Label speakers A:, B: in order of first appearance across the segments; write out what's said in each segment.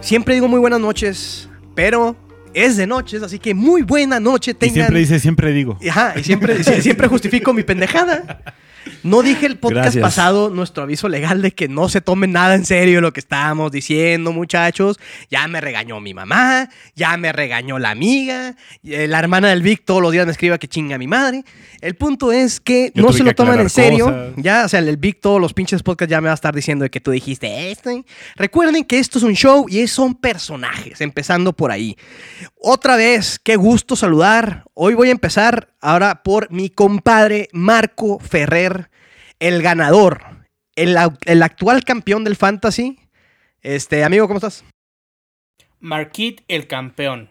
A: Siempre digo muy buenas noches, pero es de noches, así que muy buena noche tengan.
B: Y siempre dice, siempre digo.
A: Ajá, y siempre, sie- siempre justifico mi pendejada. No dije el podcast
C: Gracias.
A: pasado, nuestro aviso legal de que no se tomen nada en serio lo que estábamos diciendo, muchachos. Ya me regañó mi mamá, ya me regañó la amiga, y, eh, la hermana del Vic todos los días me escriba que chinga mi madre. El punto es que
B: Yo
A: no
B: tuve
A: se
B: que
A: lo toman en
B: aclarar
A: serio.
B: cosas.
A: Ya, o sea, el Vic todos los pinches podcasts ya me va a estar diciendo de que tú dijiste esto. Recuerden que esto es un show y es- son personajes, empezando por ahí. Otra vez, qué gusto saludar. Hoy voy a empezar ahora por mi compadre Marco Ferrer, el ganador, el, au- el actual campeón del fantasy. Este, amigo, ¿cómo estás?
D: Marquit el campeón.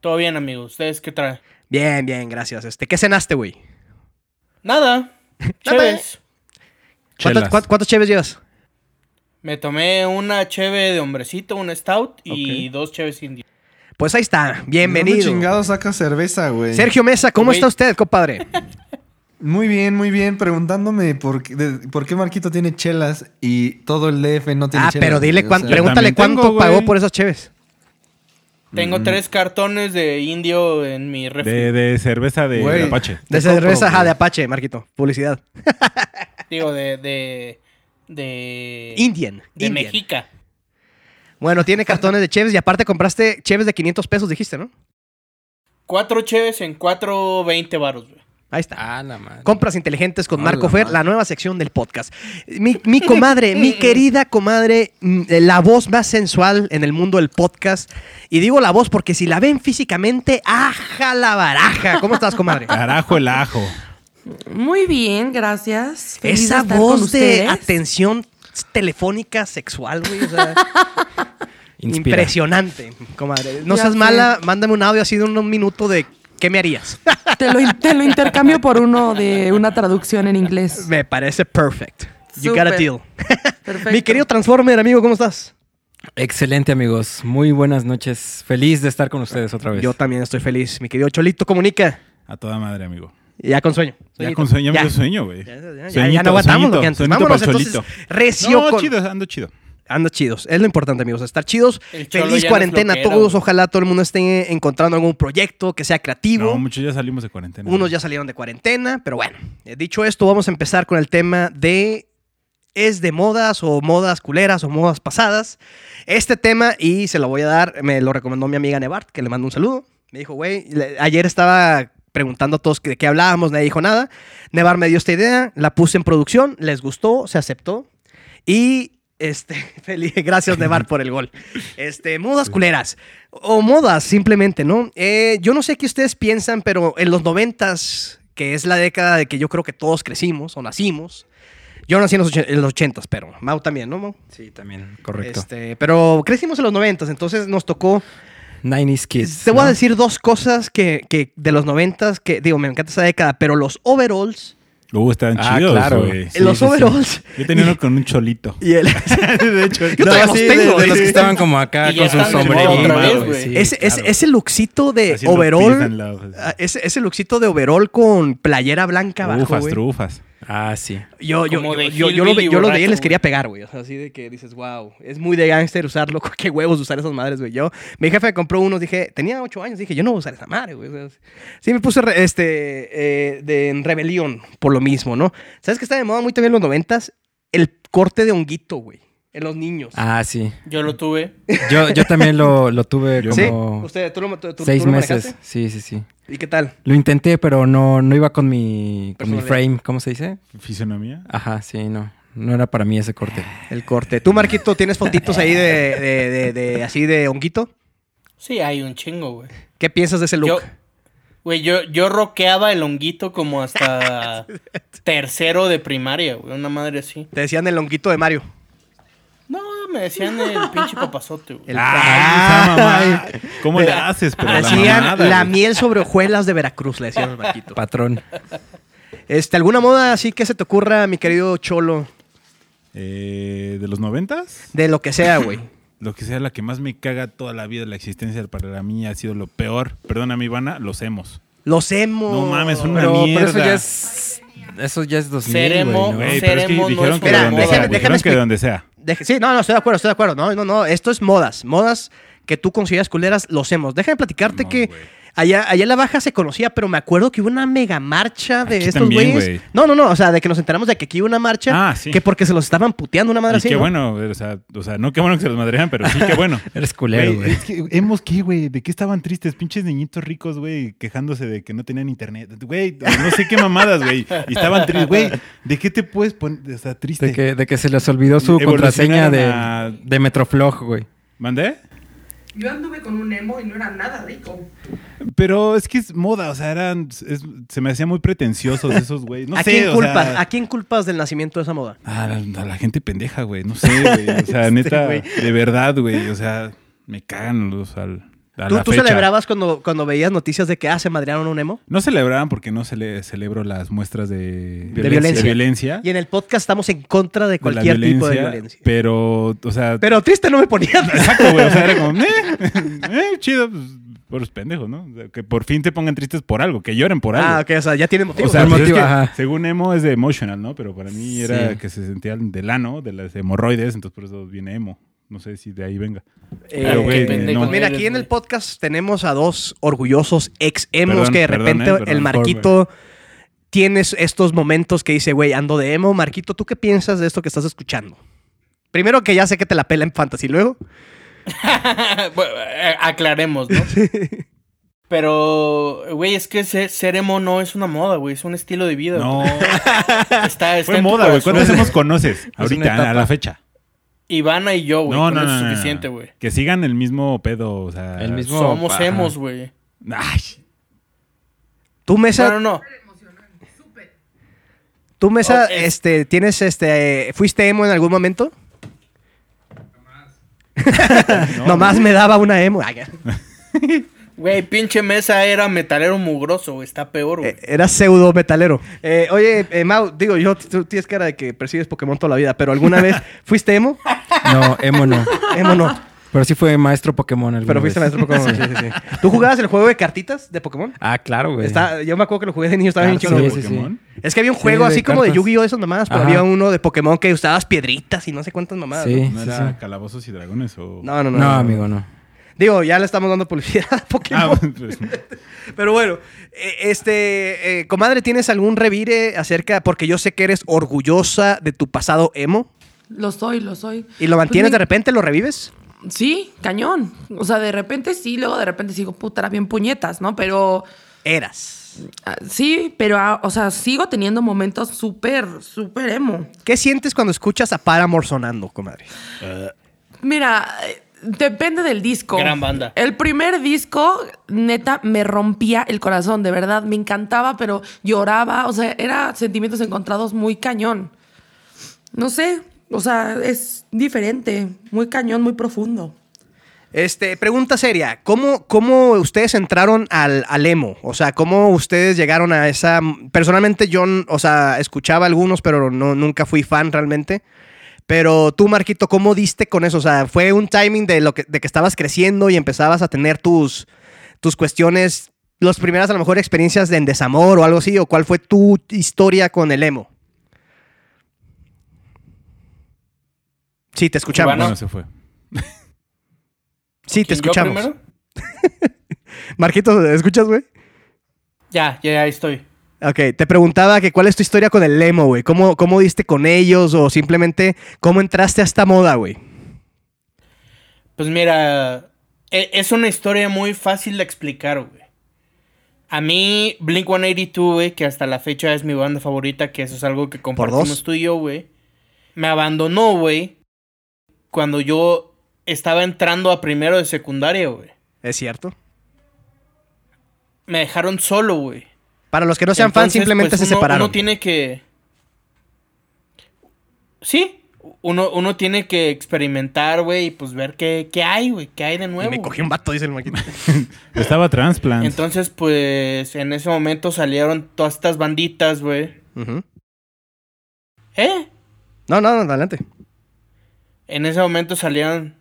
D: Todo bien, amigo. ¿Ustedes qué traen?
A: Bien, bien, gracias. Este, ¿qué cenaste, güey?
D: Nada. Chéves.
A: ¿Cuántas-
C: Chelas.
A: cuá- ¿Cuántos cheves llevas?
D: Me tomé una cheve de hombrecito, una stout y
B: Ok.
D: dos cheves indias.
A: Pues ahí está,
E: ¿Dónde
A: bienvenido.
E: chingado saca cerveza, güey?
A: Sergio Mesa, ¿cómo
D: Güey.
A: está usted, compadre?
E: Muy bien, muy bien. Preguntándome por qué, de- por qué Marquito tiene chelas y todo el DF no tiene
A: Ah,
E: chelas.
A: pero dile
E: güey, o
A: cuán-
E: sea,
B: pregunta-
A: pregúntale
B: también tengo,
A: cuánto pagó
B: güey.
A: por esas cheves.
D: Tengo tres cartones de indio en mi refri.
B: De, de cerveza de
E: Güey.
B: Apache.
A: De
E: Te compro,
A: cerveza, ajá,
E: güey.
A: de Apache, Marquito. Publicidad.
D: Digo, de. de. de.
A: Indian.
D: de
A: Indian.
D: Mexica.
A: Bueno, tiene cartones de cheves y aparte compraste cheves de 500 pesos, dijiste, ¿no?
D: Cuatro cheves en cuatro veinte baros, güey.
A: Ahí está.
C: Ah, la madre.
A: Compras inteligentes con
E: Ah,
A: Marco
E: la
A: Fer,
E: madre.
A: la nueva sección del podcast. Mi, mi comadre, mi querida comadre, mm, eh, la voz más sensual en el mundo del podcast. Y digo la voz porque si la ven físicamente, aja la baraja. ¿Cómo estás, comadre?
B: Carajo el ajo.
F: Muy bien, gracias. Feliz
A: Esa
F: estar con
A: voz de
F: ustedes.
A: atención telefónica sexual, güey. o sea,
C: Inspira.
A: impresionante, comadre. No
F: Ya
A: seas
F: sé.
A: mala, mándame un audio así de un, un minuto de ¿qué me harías?
F: Te lo, te lo intercambio por uno de una traducción en inglés.
A: me parece perfect. You got a
F: Súper.
A: deal.
F: Perfecto.
A: Mi querido Transformer, amigo, ¿cómo estás?
C: Excelente, amigos. Muy buenas noches. Feliz de estar con ustedes otra vez.
A: Yo también estoy feliz. Mi querido Cholito, comunica.
B: A toda madre, amigo.
A: Ya con sueño.
B: Ya
A: Sueñito.
B: con sueño,
A: Ya.
B: amigo, sueño, güey.
A: Ya, ya, ya, ya
B: Sueñito,
A: no aguantamos lo
B: sueñito,
A: que antes.
B: sueñito
A: Vámonos
B: pa'l
A: entonces.
B: cholito.
A: Recio
B: No,
A: con-
B: chido, ando chido.
A: Anda chidos. Es lo importante, amigos. Estar chidos.
D: El cholo
A: Feliz
D: ya no
A: cuarentena a
D: floquera,
A: todos.
D: güey.
A: Ojalá todo el mundo esté encontrando algún proyecto que sea creativo.
B: No, muchos ya salimos de cuarentena.
A: Unos ya salieron de cuarentena, pero bueno, eh, dicho esto, vamos a empezar con el tema de es de modas o modas culeras o modas pasadas. Este tema, y se lo voy a dar, me lo recomendó mi amiga Nebart, que le mando un saludo. Me dijo, güey, le- ayer estaba preguntando a todos que- de qué hablábamos, nadie dijo nada. Nebart me dio esta idea, la puse en producción, les gustó, se aceptó. Y este, feliz, gracias Nevar por el gol. Este, modas culeras. O modas, simplemente, ¿no? Eh, yo no sé qué ustedes piensan, pero en los noventas, que es la década de que yo creo que todos crecimos o nacimos. Yo nací en los, och- en los ochentas, pero Mau también, ¿no, Mau?
C: Sí, también. Correcto.
A: Este, pero crecimos en los noventas, entonces nos tocó.
C: 90s Kids.
A: Te voy a
C: ¿no?
A: decir dos cosas que, que de los noventas, que digo, me encanta esa década, pero los overalls,
B: Uh, estaban
C: Ah,
B: chidos,
C: claro.
B: güey. Sí,
A: los
B: sí, sí.
A: overalls
B: Yo tenía uno con un cholito.
A: y el...
B: de hecho,
A: Yo
C: No,
A: todavía los
C: sí, de-
A: tengo,
C: de, los
A: güey.
C: que estaban como acá
D: Y ya
C: con sus
D: están de moda otra
C: sombreritos.
D: vez,
C: güey,
D: güey.
C: sí,
A: ese, ese-
C: claro.
A: ese luxito de
B: Haciendo pis al
A: eh, overall.
B: lado, así.
A: ah, Ese, ese luxito de overall con playera blanca abajo,
B: Trufas,
A: güey.
B: trufas.
C: Ah, sí.
A: Yo, yo,
D: Como
A: yo,
D: de
A: yo, yo lo, ve-
D: hillbilly
A: yo los veía y
D: borracho,
A: les quería
D: güey.
A: pegar, güey. O sea, así de que dices, wow, es muy de gángster usarlo. Qué huevos usar esas madres, güey. Yo, mi jefe me compró unos, dije, tenía ocho años, dije, yo no voy a usar esa madre, güey. O sea, sí, me puse re- este, eh, de, en rebelión por lo mismo, ¿no? ¿Sabes que está de moda muy también en los noventas? El corte de honguito, güey, en los niños.
C: Ah, sí.
D: Yo lo tuve.
C: Yo, yo también lo, lo tuve
A: ¿Sí?
C: como
A: Usted, ¿tú lo, tú- tú-
C: seis
A: tú lo
C: meses.
A: manejaste?
C: Sí, sí, sí.
A: ¿Y qué tal?
C: Lo intenté, pero no, no iba con mi, con mi
A: Personalidad.
C: frame. ¿Cómo se dice?
B: Fisonomía.
C: Ajá, sí, no. No era para mí ese corte.
A: El corte. ¿Tú, Marquito, tienes fotitos ahí de, de- de- de- así de honguito?
D: Sí, hay un chingo, güey.
A: ¿Qué piensas de ese look?
D: Yo, güey, yo, yo roqueaba el honguito como hasta tercero de primaria, güey. Una madre así.
A: Te decían el honguito de Mario.
D: No, me decían el pinche papazote, güey.
A: El-
B: Ah, esa mamá. ¿Cómo le
A: Te-
B: haces? Pero
A: Le
B: la
A: hacían
B: mamada,
A: la
B: güey.
A: miel sobre hojuelas de Veracruz, le decían al Marquito.
C: Patrón.
A: Este, ¿Alguna moda así que se te ocurra, mi querido Cholo?
B: Eh, ¿De los noventas?
A: De lo que sea, güey.
B: Lo que sea, la que más me caga toda la vida, la existencia para mí ha sido lo peor. Perdona, mi Ivana, los hemos.
A: Los emo.
B: No mames, una
C: Pero, pero eso
B: mierda.
C: ya es. Eso ya es 2000.
D: Seremo,
C: güey, ¿no?
B: Güey, pero es que
D: Seremos no
B: dijeron
D: es
B: que
A: una
B: de donde
A: moda,
B: sea.
A: güey.
B: Dijeron que de
A: Déjame
B: donde sea.
A: Deje- sí, no, no, estoy de acuerdo, estoy de acuerdo. No, no, no, esto es modas. Modas que tú consideras culeras, los hacemos. Déjame platicarte
B: No,
A: que
B: güey.
A: allá, allá en la baja se conocía, pero me acuerdo que hubo una mega marcha de
B: Aquí
A: estos
B: también,
A: güeyes.
B: güey.
A: No, no, no, o sea, de que nos enteramos de que aquí hubo una marcha
B: Ah, sí.
A: que porque se los estaban puteando una madre
B: Y
A: así.
B: qué
A: ¿no?
B: bueno, o sea, o sea, no qué bueno que se los madrean, pero sí qué bueno.
C: Eres culero,
B: Güey,
C: güey.
B: es que, ¿Hemos qué, güey? ¿De qué estaban tristes? Pinches niñitos ricos, güey, quejándose de que no tenían internet. Güey, no sé qué mamadas, güey. Y estaban tristes. Güey, ¿de qué te puedes poner? O sea, triste.
C: De que, de que se les olvidó su contraseña
B: Evolucionaron
C: de,
B: a-
C: de Metroflog, güey.
B: ¿Mandé?
F: Yo anduve con un emo y no era nada rico.
B: Pero es que es moda, o sea, eran... es- se me hacían muy pretenciosos esos, güey. No
A: ¿A,
B: sé,
A: quién
B: o
A: culpas,
B: sea-
A: ¿A quién culpas del nacimiento de esa moda?
B: A la, a la gente pendeja, güey. No sé, güey. O sea, neta,
A: Este güey.
B: de verdad, güey. O sea, me cagan los al. A
A: ¿Tú,
B: la
A: tú
B: fecha.
A: celebrabas cuando, cuando veías noticias de que ah, se madrearon a un emo?
B: No celebraban porque no cele- celebro las muestras de,
A: De violencia.
B: violencia.
A: Y en el podcast estamos en contra de
B: de la
A: cualquier tipo de violencia.
B: Pero, o sea.
A: Pero triste no me ponía.
B: Exacto, güey. O sea, era como, eh, eh, chido, pues, por los pendejos, ¿no? O sea, que por fin te pongan tristes por algo, que lloren por algo.
A: Ah, ok, o sea, ya tiene motivo.
B: O sea,
C: Por
B: pues es
C: motivo,
B: que
C: ajá.
B: según emo es de emotional, ¿no? Pero para mí era
C: Sí.
B: que se sentían del ano, de las hemorroides, entonces por eso viene emo. No sé si de ahí venga.
A: Eh,
B: Pero, ah, güey,
A: pues
B: no.
A: mira, aquí en el podcast tenemos a dos orgullosos ex emos
B: Perdón,
A: que de
B: perdón,
A: repente
B: eh, perdón,
A: el
B: por favor,
A: Marquito tiene estos momentos que dice, güey, ando de emo. Marquito, ¿tú qué piensas de esto que estás escuchando? Primero que ya sé que te la pela en fantasy, luego.
D: Bueno, eh, aclaremos, ¿no? Pero, güey, es que ser, ser emo no es una moda, güey, es un estilo de vida.
B: No.
D: güey. Está, está
B: Fue
D: en tu
B: moda, güey.
D: corazón,
B: ¿Cuántos hemos conoces?
C: una
B: Ahorita,
C: etapa.
B: a la fecha.
D: Ivana y yo, güey.
B: no,
D: con
B: no,
D: eso
B: no,
D: es
B: no, no.
D: suficiente, güey.
B: Que sigan el mismo pedo, o sea.
C: El mismo-
D: Somos
C: Ajá.
D: emos, güey.
B: Ay,
A: Tú, Mesa,
D: Bueno, no.
A: tú, Mesa,
D: Ok.
A: este, tienes, este, eh, ¿fuiste emo en algún momento?
B: no,
A: Nomás me daba una emo. Ay,
D: Güey, pinche mesa era metalero mugroso, güey. Está peor, güey.
A: eh, Era pseudo metalero. Eh, oye, eh, Mau, digo, yo, tú tienes cara de que persigues Pokémon toda la vida, pero ¿alguna vez fuiste emo?
C: No, Emo no.
A: Emo no.
C: Pero sí fue maestro Pokémon. alguna
A: Pero fuiste
C: vez.
A: maestro Pokémon. Sí, sí, sí. ¿Tú jugabas el juego de cartitas de Pokémon?
C: Ah, claro, güey.
A: Está- yo me acuerdo que lo jugué de niño, estaba bien
C: Sí,
A: chido.
C: sí,
A: güey.
C: sí.
B: Pokémon.
A: Es que había un
C: Sí,
A: juego
C: de
A: así como de
C: cartas.
A: Yu-Gi-Oh! esas mamadas, pero
C: Ajá.
A: había uno de Pokémon que usabas piedritas y no sé cuántas mamadas.
C: Sí.
B: ¿No era calabozos y dragones o.?
A: No, no, no.
C: No, amigo, no.
A: Digo, ya le estamos dando publicidad a Pokémon.
B: Ah, pues,
A: Pero bueno, eh, este, eh, comadre, ¿tienes algún revire acerca? Porque yo sé que eres orgullosa de tu pasado emo
F: Lo soy, lo soy.
A: y lo
F: Pues
A: mantienes
F: me-
A: de repente, lo revives.
F: Sí, cañón. O sea, de repente sí, luego de repente sigo, puta, era bien puñetas, ¿no? Pero
A: Eras.
F: ah, sí, pero, ah, o sea, sigo teniendo momentos súper, súper emo.
A: ¿Qué sientes cuando escuchas a Paramore sonando, comadre?
F: Mira, eh, depende del disco.
D: Gran banda.
F: El primer disco, neta, me rompía el corazón, de verdad. Me encantaba, pero lloraba. O sea, era sentimientos encontrados muy cañón. No sé, o sea, es diferente. Muy cañón, muy profundo.
A: Este, pregunta seria, ¿cómo, cómo ustedes entraron al, al emo? O sea, ¿cómo ustedes llegaron a esa... Personalmente yo, n- o sea, escuchaba algunos, pero no, nunca fui fan realmente. Pero tú, Marquito, ¿cómo diste con eso? O sea, ¿fue un timing de, lo que, de que estabas creciendo y empezabas a tener tus, tus cuestiones, las primeras a lo mejor experiencias de en desamor o algo así? ¿O cuál fue tu historia con el emo? Sí, te escuchamos.
D: Bueno.
B: bueno, se fue.
A: Sí, te
D: ¿Quién, yo
A: escuchamos.
D: primero?
A: Marquito, ¿escuchas, güey?
D: Ya, ya, ya estoy.
A: Ok, te preguntaba que cuál es tu historia con el Lemo, güey. ¿Cómo, ¿Cómo diste con ellos o simplemente cómo entraste a esta moda, güey?
D: Pues mira, e- es una historia muy fácil de explicar, güey. A mí, Blink 182, güey, que hasta la fecha es mi banda favorita, que eso es algo que
A: dos?
D: compartimos tú y yo, güey. Me abandonó, güey, cuando yo estaba entrando a primero de secundaria, güey.
A: ¿Es cierto?
D: Me dejaron solo, güey.
A: Para los que no sean fans,
D: Entonces,
A: simplemente
D: pues,
A: se
D: uno-
A: separaron.
D: Uno tiene que. Sí, uno, uno tiene que experimentar, güey, y pues ver qué, qué hay, güey, qué hay de
A: y
D: nuevo.
A: me
D: güey.
A: cogí un vato, dice el Marquito.
B: Estaba Transplant.
D: Entonces, pues, en ese momento salieron todas estas banditas, güey.
A: Ujú.
D: ¿Eh?
A: No, no, no, adelante.
D: En ese momento salieron.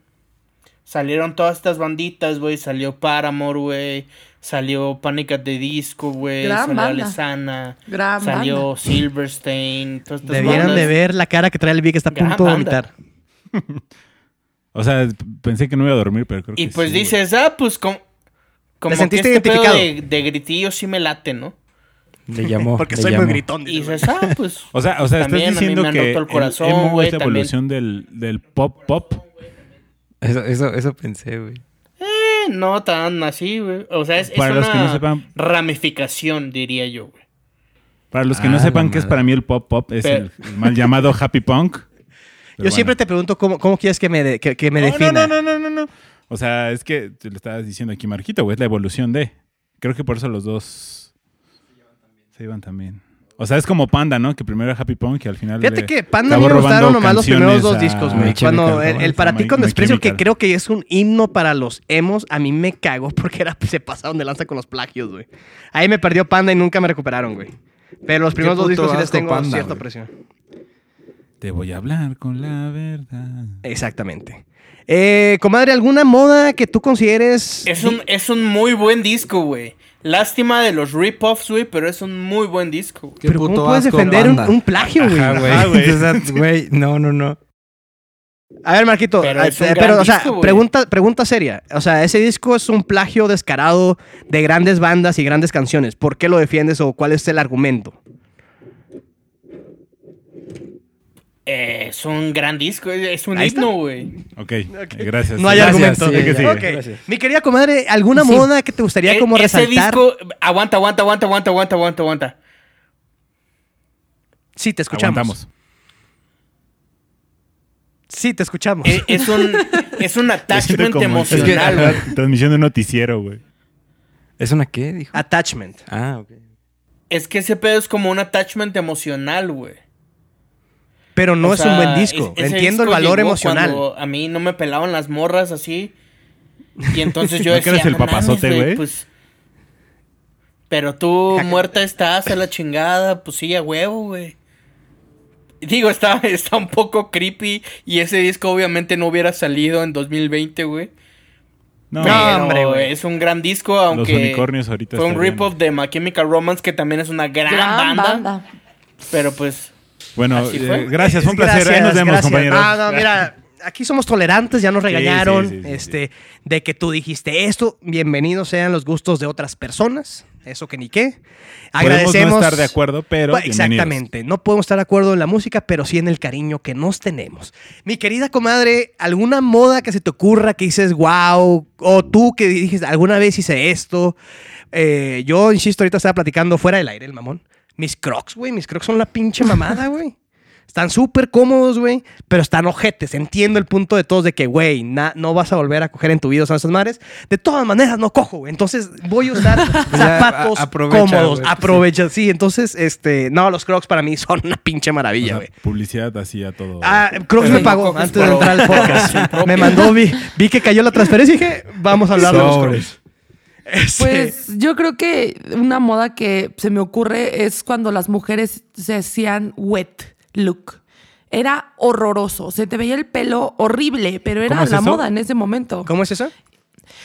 D: Salieron todas estas banditas, güey. Salió Paramore, güey. Salió Panic at the Disco, güey.
F: Gran
D: Salió
F: banda.
D: Alesana.
F: Gran
D: salió
F: banda.
D: Silverstein. Todas estas
A: Debieron
D: bandas.
A: de ver la cara que trae el Vic, está a
D: Gran
A: punto de
D: banda.
A: vomitar.
B: O sea, p- pensé que no iba a dormir, pero creo
D: Y
B: que
D: pues
B: sí, güey.
D: dices, ah, pues como, como
A: sentiste
D: que este pedo
A: identificado?
D: de, de gritillo sí me late, ¿no?
C: Le llamó.
A: Porque
C: le
A: soy
C: llamó.
A: muy gritón.
D: Y
A: dices,
D: dices, ah, pues.
B: O sea, o sea
D: También a mí
B: estás diciendo
D: me han
B: que
D: roto el corazón,
B: el emo
D: güey,
B: es la
D: también.
B: evolución del, del pop pop.
C: Eso, eso, eso pensé, güey.
D: eh, no tan así, güey. O sea, es, es
B: Para
D: una
B: los que no sepan-
D: ramificación, diría yo, güey.
B: Para los que
C: Ah,
B: no
C: la
B: sepan qué es
C: madre.
B: para mí el pop pop, es
D: Pero-
B: el, el mal llamado happy punk.
A: Yo siempre te pregunto cómo, cómo quieres que me, de- que, que me defina.
B: No, no, no, no, no, no. O sea, es que te lo estabas diciendo aquí, Marquito, güey, es la evolución de. Creo que por eso los dos se iban también. O sea, es como Panda, ¿no? Que primero era Happy Punk y al final.
A: Fíjate
B: le
A: que Panda me
B: acabó
A: gustaron
B: robando
A: nomás los primeros
B: canciones
A: dos
B: a-
A: discos,
C: My
A: güey.
C: Chemical
A: Cuando el, el
B: Romance,
A: para
B: a
A: ti
B: My-
A: con
B: My
A: desprecio, que
B: Chemical.
A: creo que es un himno para los emos, a mí me cagó porque era, se pasaron de lanza con los plagios, güey. Ahí me perdió Panda y nunca me recuperaron, güey. Pero los primeros dos
E: puto
A: discos sí les
E: asco
A: tengo
E: Panda,
A: cierta
E: güey.
A: presión.
B: Te voy a hablar con la verdad.
A: Exactamente. Eh, comadre, ¿alguna moda que tú consideres?
D: Es un, es un muy buen disco, güey. Lástima de los rip-offs, güey, pero es un muy buen disco. güey.
E: Qué
A: ¿Pero
E: puto
A: cómo puedes
E: asco,
A: defender un,
E: Panda.
A: un plagio, güey?
C: Ajá, güey.
B: Ajá, güey.
C: O sea, güey, no, no, no.
A: A ver, Marquito,
D: Pero
A: eh,
D: es un
A: eh,
D: gran
A: pero, o sea,
D: disco, güey.
A: pregunta, pregunta seria. O sea, ese disco es un plagio descarado de grandes bandas y grandes canciones. ¿Por qué lo defiendes o cuál es el argumento?
D: Eh, es un gran disco, es- es un
A: Ahí está.
D: himno, güey.
B: Ok, gracias.
A: No hay
B: Pues Gracias.
A: argumento.
C: sí,
B: que sí.
A: Ok.
C: Gracias.
A: Mi querida comadre, ¿alguna
F: Sí.
A: moda que te gustaría
D: E-
A: como
D: ese
A: resaltar?
D: disco, aguanta, aguanta, aguanta, aguanta, aguanta, aguanta, aguanta.
A: Sí, te escuchamos.
B: Aguantamos.
A: Sí, te escuchamos.
D: E- Es, un, es un
B: Me siento
D: attachment
B: como-
D: emocional,
B: es que-
D: güey.
B: ajá, transmisión de un noticiero, güey.
C: ¿Es una qué? Dijo.
A: Attachment.
C: Ah, ok.
D: Es que ese pedo es como un attachment emocional, güey.
A: Pero no
D: O
A: es
D: sea,
A: un buen disco.
D: es- ese
A: Entiendo el
D: disco
A: valor
D: llegó
A: emocional.
D: cuando A mí no me pelaban las morras así. Y entonces yo
B: ¿No que
D: decía,
B: eres el
D: "No mames,
B: papazote, güey?"
D: pues, pero tú muerta estás a la chingada, pues sí, a huevo, güey. Digo, está, está un poco creepy y ese disco obviamente no hubiera salido en 2020, güey.
B: No,
D: Pero
A: hombre, güey.
D: es un gran disco, aunque
B: los unicornios ahorita.
D: fue un
B: estarían-
D: rip-off de My Chemical Romance, que también es una gran,
F: Gran
D: banda,
F: banda.
D: Pero pues,
B: Bueno,
D: Así fue.
B: eh, gracias, fue un placer. Ahí
A: Gracias,
B: nos vemos,
A: gracias.
B: compañeros.
A: No, no, mira, aquí somos tolerantes, ya nos
B: sí,
A: regañaron
B: sí, sí,
A: este, de que tú dijiste esto. Bienvenidos sean los gustos de otras personas. Eso que ni qué. Agradecemos.
B: Podemos no estar de acuerdo, pero.
A: Bueno, Exactamente. No podemos estar de acuerdo en la música, pero sí en el cariño que nos tenemos. Mi querida comadre, ¿alguna moda que se te ocurra que dices, wow? O tú que dijiste, alguna vez hice esto. Eh, yo, insisto, ahorita estaba platicando fuera del aire, el mamón. Mis crocs, güey. Mis crocs son la pinche mamada, güey. Están súper cómodos, güey, pero están ojetes. Entiendo el punto de todos de que, güey, na- no vas a volver a coger en tu vida a esas madres. De todas maneras, no cojo, güey. Entonces voy a usar zapatos
C: a- Pues aprovecha,
A: cómodos.
C: güey.
A: Aprovecha, sí. Entonces, este, no, los Crocs para mí son una pinche maravilla,
B: bienvenidos. O
A: güey.
B: sea, publicidad así a todo.
A: Ah, Crocs
D: Pero
A: me
D: no
A: pagó
D: coges
A: antes de
D: por
A: entrar al podcast. me mandó, vi, vi que cayó la transferencia y dije, vamos a hablar de los Crocs.
C: Sobres.
A: Este,
F: Pues yo creo que una moda que se me ocurre es cuando las mujeres se hacían wet look. Era horroroso, se te veía el pelo horrible, pero era
B: ¿Cómo es
F: la
B: eso?
F: moda en ese momento.
A: ¿Cómo es eso?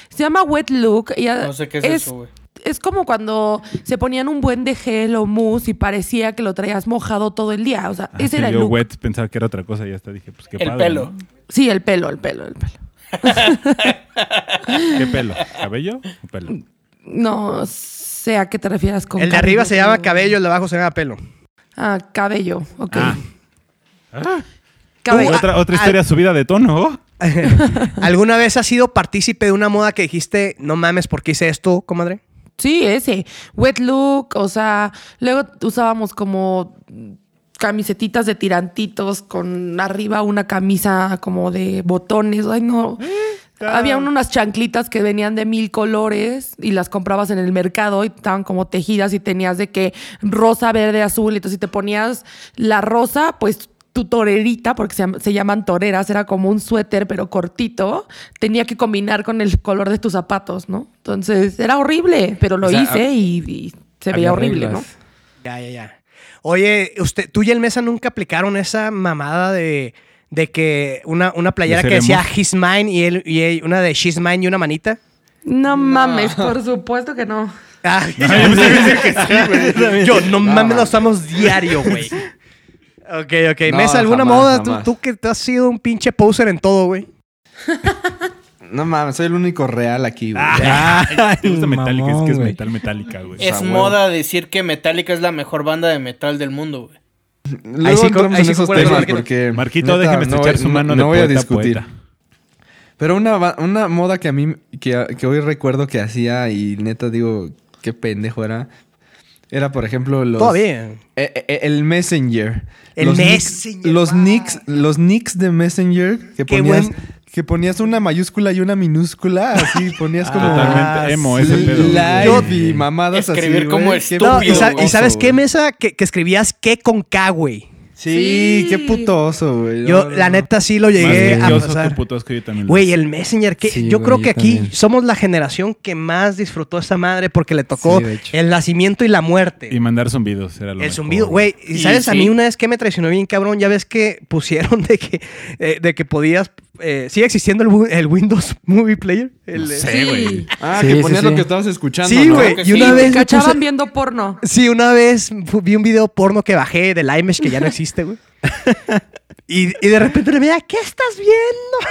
F: Se llama wet look y a-
D: no sé qué es, eso, güey.
F: es como cuando se ponían un buen de gel o mousse y parecía que lo traías mojado todo el día, o sea,
B: Ah, que
F: ese era el
B: yo
F: look.
B: wet pensaba que era otra cosa y hasta dije, pues qué
D: El
B: padre,
D: pelo.
B: ¿no?
F: Sí, el pelo, el pelo, el pelo.
B: ¿Qué pelo? ¿Cabello o pelo?
F: No sé a qué te refieras con
A: El de arriba
F: cabello,
A: se llama
F: pero-
A: cabello, el de abajo se llama pelo.
F: Ah, cabello, ok.
B: Ah.
F: Cabello.
B: Otra, otra historia subida de tono. ¿oh?
A: ¿Alguna vez has sido partícipe de una moda que dijiste, no mames, ¿por qué hice esto, comadre?
F: Sí, ese. Wet look, o sea, luego usábamos como camisetitas de tirantitos con arriba una camisa como de botones. Ay,
C: Mm,
F: no. Había un- unas chanclitas que venían de mil colores y las comprabas en el mercado y estaban como tejidas y tenías de que rosa, verde, azul. Entonces, si te ponías la rosa, pues tu torerita, porque se, llam- se llaman toreras, era como un suéter pero cortito, tenía que combinar con el color de tus zapatos, ¿no? Entonces, era horrible, pero lo
C: O sea,
F: hice y, y se
C: Había
F: veía horrible,
C: reglas.
F: ¿no?
A: Ya, ya, ya. Oye, usted, tú y el Mesa nunca aplicaron esa mamada de, de que una, una playera
B: ¿De
A: que
B: ser
A: decía
B: emos?
A: His Mine y, él, y él- una de She's Mine y una manita.
F: No, mames, por supuesto que no.
A: Ah, yo, no mames, lo usamos diario, güey. Ok, ok.
E: No,
A: Mesa, ¿alguna
E: jamás,
A: moda? Tú-
E: jamás.
A: Tú, que te has sido un pinche poser en todo, güey.
E: No mames, soy el único real aquí, güey.
A: Ah,
B: Ay, te Ah, gusta
C: Ay,
B: Metallica, es que es
C: mamón, güey.
B: metal metálica, güey.
A: Ah,
D: Es
E: huevo.
D: moda decir que Metallica es la mejor banda de metal del mundo, güey.
E: Luego
A: Ahí sí co-
E: entramos
A: ahí
E: en
A: sí
E: esos
A: concuerdo con
E: temas
A: Marquito.
E: porque...
B: Marquito,
E: neta,
B: déjeme
E: no
B: estrechar
E: voy-
B: su mano de
E: no, voy a
B: poeta a
E: discutir.
B: poeta.
E: Pero una, ba- una moda que a mí... Que, que hoy recuerdo que hacía y neta digo... Qué pendejo era. Era, por ejemplo, los...
A: Todavía.
E: Eh, eh, eh, el Messenger.
A: El
E: Los
A: Messenger,
E: nick- Los
A: va.
E: nicks, los nicks de Messenger que
A: Qué
E: ponías,
A: buen-
E: que ponías una mayúscula y una minúscula, así ponías como
B: Ah,
E: Ah,
B: Totalmente emo ese
E: L-
B: pedo.
E: live y
B: Sí.
E: mamadas
D: Escribir
E: así.
D: como
E: güey. Qué
D: estúpido,
A: No, y, sa-
D: güey.
A: y sabes
E: oso,
A: qué,
E: güey.
A: Mesa? Que, que escribías qué con K, güey.
E: Sí,
F: Sí.
E: qué puto oso, güey.
A: Yo,
E: No, no,
A: la
E: no.
A: neta, sí lo llegué
B: Más
A: a
B: que yo soy
A: pasar.
B: tu puto asco, yo también lo
A: Güey,
B: soy.
A: el Messenger, que
C: Sí,
A: yo
C: güey,
A: creo
C: yo
A: que aquí
C: también.
A: somos la generación que más disfrutó esta madre porque le tocó
C: Sí, de hecho.
A: el nacimiento y la muerte.
B: Y mandar zumbidos era lo
A: el
B: mejor,
A: zumbido, güey. Y
D: Y
A: sabes, a mí
D: sí.
A: una vez que me traicionó bien cabrón, ya ves que pusieron de que, eh, de que podías. eh, ¿Sigue existiendo el, Win- el Windows Movie Player? El, eh,
F: Sí.
E: Ah,
C: Sí,
E: que
C: sí,
E: ponías
C: sí.
E: lo que estabas escuchando.
A: Sí,
E: ¿no?
A: güey.
D: Creo que
A: Y una
D: sí.
A: vez.
F: Te
A: me
F: cachaban
A: puse-
F: viendo porno.
A: Sí, una vez fu- vi un video porno que bajé del iMesh que ya no existe, güey. y, y de repente le veía, ¿qué estás viendo?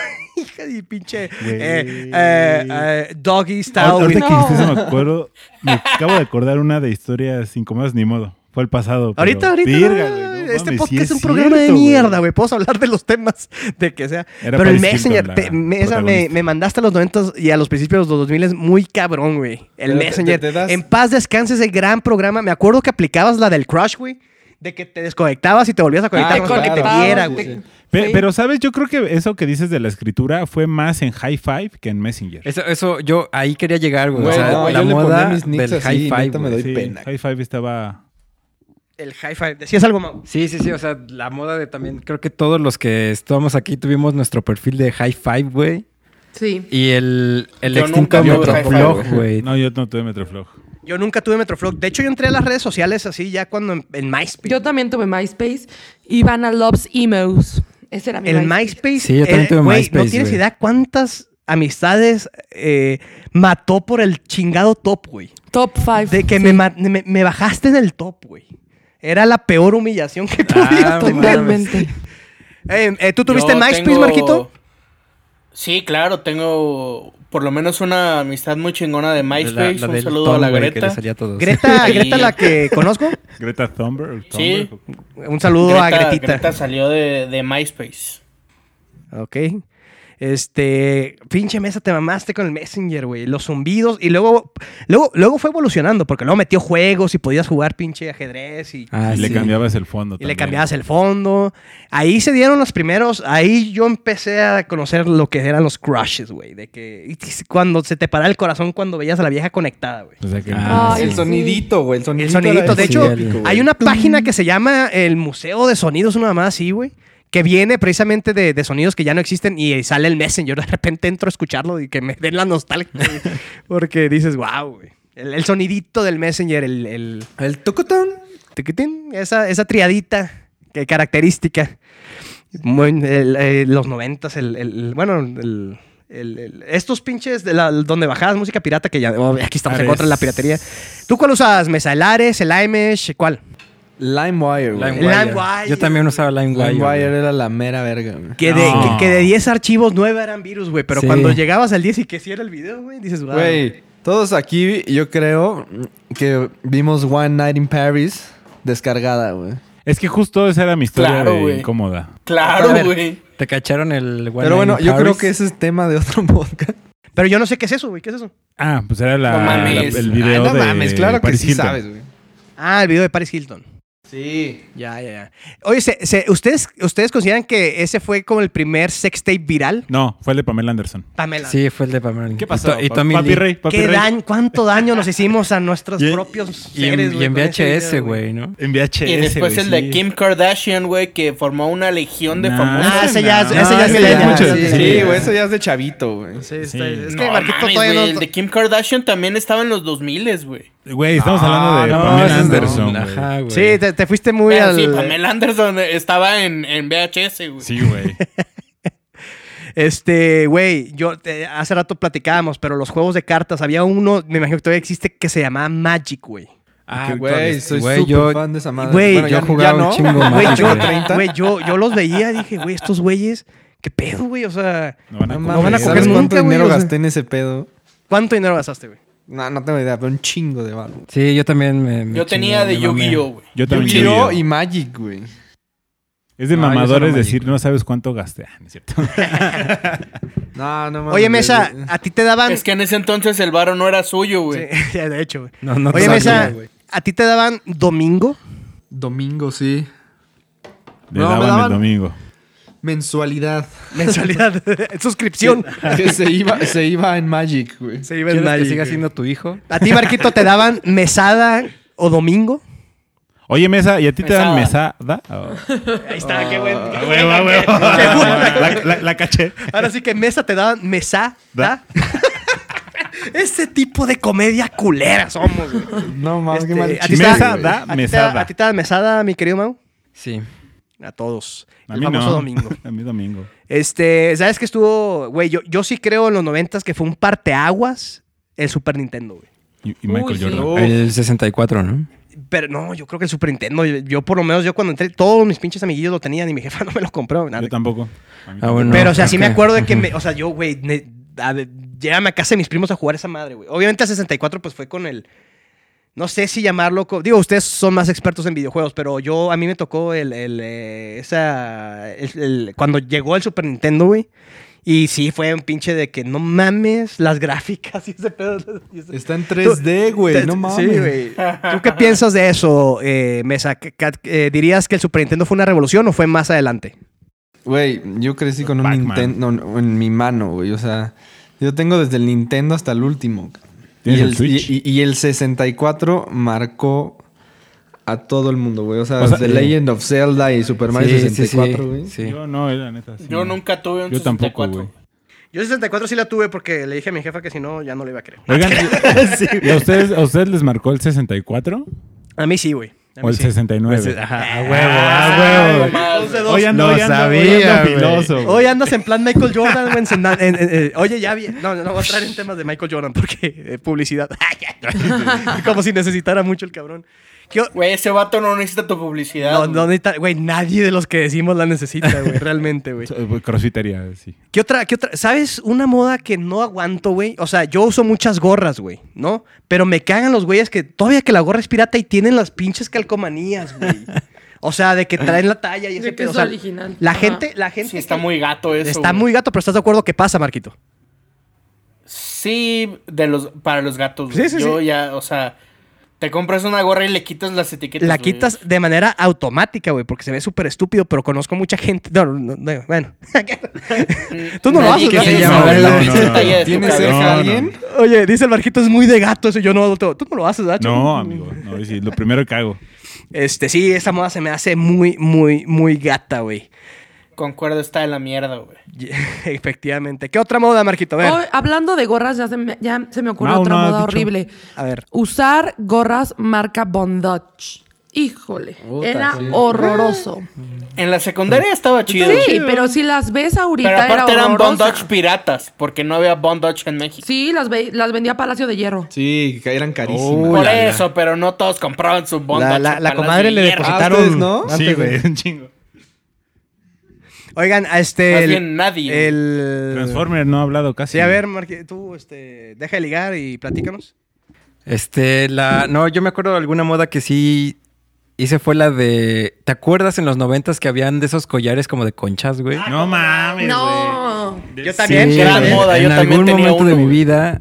A: Hija de pinche. eh, eh, eh, doggy
B: Ahor-
A: style.
B: Ahorita
A: with-
F: güey.
B: que
F: No.
B: dijiste eso me acuerdo, me acabo de acordar una de historias sin comas ni modo. Fue el pasado. pero-
A: Ahorita, ahorita.
B: Virga,
A: no,
B: güey, no
A: este
B: mames,
A: podcast
B: sí
A: es un
B: cierto,
A: programa de mierda, güey. Podemos hablar de los temas de que sea.
B: Era
A: Pero el
B: Paris Hilton,
A: Messenger,
B: la
A: te- me- esa me,
B: protagonista.
A: me mandaste a los 90 y a los principios de los 2000 muy cabrón, güey. El
E: Pero te-
A: Messenger.
E: te- te das-
A: En paz descanse ese gran programa. Me acuerdo que aplicabas la del Crush, güey. De que te desconectabas y te volvías a conectar
E: Ah,
A: para que te
E: claro,
A: viera,
E: sí,
A: güey.
E: sí.
B: Pe-
F: Sí.
B: Pero, ¿sabes? Yo creo que eso que dices de la escritura fue más en High Five que en Messenger.
C: Eso, eso, yo ahí quería llegar, güey.
E: Güey,
C: o sea,
E: no,
C: la
E: yo le ponía
C: moda
E: mis nicks
C: del
E: así,
C: high five.
E: neta, me
C: güey.
E: doy pena.
B: High Five estaba...
A: El high five. Decías algo, Mau.
C: Sí, sí, sí. O sea, la moda de también. Creo que todos los que estamos aquí tuvimos nuestro perfil de high five, güey.
F: Sí.
C: Y el, el
D: Yo
C: extinto
D: nunca vi un high
C: Metroflog,
D: five,
C: güey.
B: No, yo no tuve Metroflog.
A: Yo nunca tuve Metroflog. De hecho, yo entré a las redes sociales así ya cuando en, en MySpace.
F: Yo también tuve MySpace. Ivana Loves Emos. Ese era mi
A: El
F: MySpace.
A: MySpace.
C: Sí, yo también
A: eh,
C: tuve
A: güey, No
C: MySpace,
A: tienes
C: güey.
A: idea cuántas amistades eh, mató por el chingado top, güey.
F: Top 5.
A: De que me, ma- me- me bajaste en el top, güey. Era la peor humillación que podía
C: Ah,
A: tener.
F: Totalmente.
A: Eh, eh, ¿Tú tuviste
D: Yo
A: MySpace,
D: tengo-
A: Marquito?
D: Sí, claro, tengo por lo menos una amistad muy chingona de
C: La-
D: MySpace.
C: la
D: un
C: del
D: saludo
C: Tom,
D: a la
C: güey, que le
D: Greta.
C: salía a todos.
A: Greta,
D: Sí.
A: Greta la que conozco.
B: Greta Thunberg.
D: Sí.
B: Thunberg.
A: Un saludo a
D: Greta,
A: Gretita.
D: Greta salió de, de MySpace.
A: Ok. Este, pinche mesa, te mamaste con el Messenger, güey. Los zumbidos. Y luego, luego, luego fue evolucionando, porque luego metió juegos y podías jugar pinche ajedrez y,
C: Ah,
B: y le
C: sí.
B: cambiabas el fondo
A: y le
B: también.
A: cambiabas el fondo. Ahí se dieron los primeros. Ahí yo empecé a conocer lo que eran los crushes, güey. De que y t- cuando se te paraba el corazón cuando veías a la vieja conectada, güey.
B: O sea que...
C: Ah,
F: Ay,
E: el
F: sí.
E: sonidito, güey. El
A: El
E: sonidito. era
A: sonidito. De
C: el
A: hecho,
C: típico,
A: hay una página que se llama el Museo de Sonidos, una mamá así, güey. Que viene precisamente de, de sonidos que ya no existen y sale el Messenger. De repente entro a escucharlo y que me den la nostalgia. güey. Porque dices, wow, güey. El, el sonidito del Messenger, el, el
E: El tocotón.
A: tiquitín, esa, esa triadita que característica. Muy- el- eh, los noventas, el, el- bueno, el- el- el- estos pinches de la- donde bajabas música pirata que ya oh, aquí estamos en
B: Ares.
A: contra de la piratería. ¿Tú cuál usabas? ¿Mesa? ¿El Ares? ¿El Imesh? ¿Cuál?
E: LimeWire, güey.
C: LimeWire.
A: LimeWire.
C: Yo también usaba LimeWire.
E: LimeWire
C: güey.
E: era la mera verga, güey.
A: Que de,
B: No.
A: que, que de 10 archivos 9 eran virus, güey. Pero
C: Sí.
A: cuando llegabas al 10 y que sí era el video, güey, dices, wow.
E: Güey, todos aquí, yo creo que vimos One Night in Paris descargada, güey.
B: Es que justo esa era mi historia
D: Claro,
B: de
D: güey.
B: incómoda.
D: Claro,
A: A ver.
D: güey.
C: Te cacharon el One
E: Pero bueno,
C: Night in
E: yo creo
C: Paris?
E: que ese es tema de otro podcast.
A: Pero yo no sé qué es eso, güey. ¿Qué es eso?
B: Ah, pues era la,
D: No
B: la-
D: mames.
B: el video
E: Ay, no
B: de
E: mames, claro que
B: Paris
E: sí
B: Hilton.
E: sabes, güey.
A: Ah, el video de Paris Hilton.
E: Sí.
A: Ya, ya, ya. Oye, se- se- ¿ustedes, ¿ustedes consideran que ese fue como el primer sextape viral?
B: No, fue el de Pamela Anderson.
A: Pamela.
C: Sí, fue el de Pamela.
B: ¿Qué pasó?
C: Y, to- y Tommy
B: papi
C: Lee.
B: Rey, papi
A: ¿Qué
B: Rey.
A: daño, ¿Cuánto daño nos hicimos a nuestros
B: Y en-
A: propios
C: Y en,
A: seres,
C: y en
A: con ese
C: VHS,
A: video,
C: güey, ¿no?
B: En VHS,
D: Y después
B: güey,
D: el de
B: sí.
D: Kim Kardashian, güey, que formó una legión de
B: Nah,
D: famosos.
A: Ah, ese ya es-
B: no,
A: ese ya es
B: ese
A: milenio,
B: ya es
A: ese
B: mucho-
A: ya es
E: Sí,
A: milenio.
B: sí,
E: güey, eso ya es de chavito, güey.
A: Sí, está-
B: Sí.
A: Es que
D: No,
A: Marquito
D: mames,
A: todavía
D: güey,
A: no-
D: El de Kim Kardashian también estaba en los 2000, güey.
B: Güey, estamos
C: Ah,
B: hablando de
C: no, ese
B: Pamela
C: es
B: Anderson. güey.
C: Ajá, güey.
A: Sí, te, te fuiste muy
D: Pero
A: al...
D: sí, Pamela Anderson estaba en, en VHS, güey.
B: Sí, güey.
A: Este, güey, yo te- hace rato platicábamos, pero los juegos de cartas, había uno, me imagino que todavía existe, que se llamaba Magic, güey.
E: Ah,
B: ¿Qué-
E: güey, soy
C: Güey,
E: súper
C: yo-
E: fan de esa madre.
A: Güey,
E: Bueno,
A: yo
E: ya-
C: jugaba
E: ya
C: un
E: no.
C: chingo más,
A: Güey, yo,
E: güey.
A: güey, yo, yo los veía, dije, güey, estos güeyes, qué pedo, güey. O sea,
B: No van a comer.
E: No
A: No van a
E: mames,
A: coger
E: ¿sabes
A: nunca,
E: cuánto
A: güey?
E: dinero
A: O sea-
E: gasté en ese pedo?
A: ¿cuánto dinero gastaste, güey?
E: No, no tengo idea, pero un chingo de barro.
C: Sí, yo también me. me
D: Yo tenía
C: chingué,
D: de
C: me mamé.
D: Yu-Gi-Oh, güey.
B: Yo también.
E: Yo
B: diría.
E: y Magic, güey.
B: Es de
E: No, yo soy
B: mamadores
E: la
B: decir,
E: mágica.
B: no sabes cuánto gasté. Ah, no es cierto.
E: No, no mames.
A: Oye, Mesa,
E: güey.
A: a ti te daban.
D: Es que en ese entonces el varo no era suyo, güey.
A: Sí, ya, de hecho, güey.
C: No, no
A: Oye,
C: sabía,
A: Mesa,
C: güey.
A: a ti te daban domingo.
E: Domingo, sí.
B: Le
E: No, me
B: daban,
E: daban-
B: el domingo.
E: Mensualidad.
A: Mensualidad, suscripción.
E: que se iba, se iba en Magic, güey.
A: Se iba el
C: ¿Quieres que
A: Magic,
C: siga
A: güey.
C: siendo tu hijo?
A: A ti, Marquito, te daban mesada o domingo.
B: Oye, mesa, ¿y a ti te dan
D: Mesada.
B: mesada? Oh.
A: Ahí está, qué bueno.
B: Ah, huevo, ah, huevo. La, la- la caché.
A: Ahora sí que mesa te daban mesa. ¿da? Ese tipo de comedia culera somos, güey.
E: No mames,
A: Este,
E: qué mal
A: a ti
E: chiste,
A: te da-
E: güey.
B: da-
A: a ti te-
B: mesada.
A: ¿A ti te da mesada, mi querido Mau?
C: Sí.
A: A todos.
B: A
A: el
B: mí
A: famoso
B: no.
A: domingo.
B: A mí domingo.
A: Este, ¿sabes qué estuvo? Güey, yo, yo sí creo en los noventas que fue un parteaguas el Super Nintendo, güey.
B: Y, y Michael
F: Uy, sí.
B: Jordan.
E: Oh.
C: El 64, ¿no?
A: Pero no, yo creo que el Super Nintendo, yo, yo por lo menos, yo cuando entré, todos mis pinches amiguillos lo tenían y mi jefa no me lo compró. Nada.
B: Yo tampoco. A mí
C: Ah, bueno.
A: Pero, o sea, sí me
C: ok.
A: acuerdo de que, me- o sea, yo, güey, ne- a ver, llévame a casa de mis primos a jugar esa madre, güey. Obviamente a 64, pues fue con el, no sé si llamarlo, co- digo, ustedes son más expertos en videojuegos, pero yo, a mí me tocó el, el, eh, esa, el- el- cuando llegó el Super Nintendo, güey. Y sí, fue un pinche de que no mames las gráficas y ese pedo. y ese-
E: Está en 3D, güey. No mames.
A: Sí, güey. ¿Tú qué piensas de eso, eh, Mesa? ¿Qué- qué- eh, ¿Dirías que el Super Nintendo fue una revolución o fue más adelante?
E: Güey, yo crecí con un
B: Pac-Man.
E: Nintendo no, en mi mano, güey. O sea, yo tengo desde el Nintendo hasta el último. Y
B: ¿Tienes el
E: el,
B: Switch?
E: y- y- y el 64 marcó a todo el mundo, güey. O sea,
B: O sea,
E: The
B: sí.
E: Legend of Zelda y Super Mario
C: Sí, sí, sí.
E: 64, güey.
C: Sí.
B: Yo no, eh, la neta. sí,
D: Yo
B: no.
D: nunca tuve un
B: Yo tampoco,
D: 64.
B: güey.
A: Yo 64 sí la tuve porque le dije a mi jefa que si no, ya no le iba a creer.
B: Oigan, ¿y a ustedes, a ustedes les marcó el 64
A: A mí sí, güey. A mí
B: o el
A: sí.
B: 69?
C: Ajá,
D: Ah,
A: Dos de dos.
B: ah, Hoy ando,
C: Lo
B: hoy ando, hoy
C: sabía,
B: ando
C: güey.
B: filoso, güey.
A: Hoy andas en plan Michael Jordan, güey. en senda- en- en- en- oye, ya vi. No, no, no voy a entrar en temas de Michael Jordan porque eh, publicidad. Como si necesitara mucho el cabrón. ¿Qué o-
D: Güey, ese vato no necesita tu publicidad.
A: No,
D: güey.
A: no necesita- güey, nadie de los que decimos la necesita, güey, realmente, güey.
B: Eh, Crossfitería, sí.
A: ¿Qué otra, qué otra? ¿Sabes? Una moda que no aguanto, güey. O sea, yo uso muchas gorras, güey, ¿no? Pero me cagan los güeyes que todavía que la gorra es pirata y tienen las pinches calcomanías, güey. O sea, de que traen la talla y ese
F: De que
A: pedo. O
F: es
A: sea,
F: original.
A: La
F: Ajá.
A: gente, la gente.
D: Sí, está muy gato eso.
A: Está
D: güey.
A: muy gato, pero ¿estás de acuerdo que pasa, Marquito?
D: Sí, de los, para los gatos. güey.
A: Sí, sí,
D: Yo
A: sí.
D: ya, o sea, te compras una gorra y le quitas las etiquetas.
A: La
D: güey.
A: quitas de manera automática, güey, porque se ve súper estúpido, pero conozco mucha gente. No, no, no, bueno. Tú no lo
D: Nadie
A: haces,
D: quiere
A: ¿verdad?
C: llama
D: saber
B: No,
D: la
B: no,
D: pinche
B: no, no.
D: talla de tu
E: ¿Tienes
D: cabeza.
E: cerca
B: No,
E: a alguien?
A: Oye, dice el Marquito, es muy de gato eso. Yo no lo Tú no lo haces, ¿verdad?
B: No, amigo. No, sí, lo primero que hago.
A: Este, sí, esa moda se me hace muy, muy, muy gata, güey.
D: Concuerdo, está de la mierda, güey.
A: Y- Efectivamente. ¿Qué otra moda, Marquito? A ver.
F: Hoy, hablando de gorras, ya se me, ya se me ocurrió
B: No,
F: otra
B: no has
F: moda
B: dicho.
F: horrible.
A: A ver.
F: Usar gorras marca Bondage. Híjole,
E: Puta,
F: era
E: sí.
F: horroroso.
D: En la secundaria
A: Pues,
D: estaba chido.
F: Sí, pero si las ves ahorita
D: Pero aparte
F: era
D: eran
F: horrorosa.
D: bondage piratas, porque no había bondage en México.
F: Sí, las, ve- las vendía Palacio de Hierro.
E: Sí, que eran carísimas.
B: Uy,
D: Por
B: la- la-
D: eso, pero no todos compraban su
A: La,
D: bondage.
A: la- la
D: para
A: comadre
D: las
A: le
D: mierdas.
E: depositó.
A: depositaron.
E: Antes, ¿no?
B: Sí, güey, un chingo.
A: Oigan, a este.
D: Más
A: el-
D: bien nadie.
A: El.
B: Transformer no ha hablado casi.
A: Sí, a ver, Marquito, tú, este. Deja de ligar y platícanos.
C: Este, la. No, yo me acuerdo de alguna moda que sí hice fue la de. ¿Te acuerdas en los noventas que habían de esos collares como de conchas, güey?
B: No mames,
F: No.
B: güey.
A: Yo también,
C: Sí,
A: gran
C: en-
D: moda, yo
C: en
D: también
C: algún
D: tenía
C: momento de
D: uno,
C: mi
D: güey.
C: vida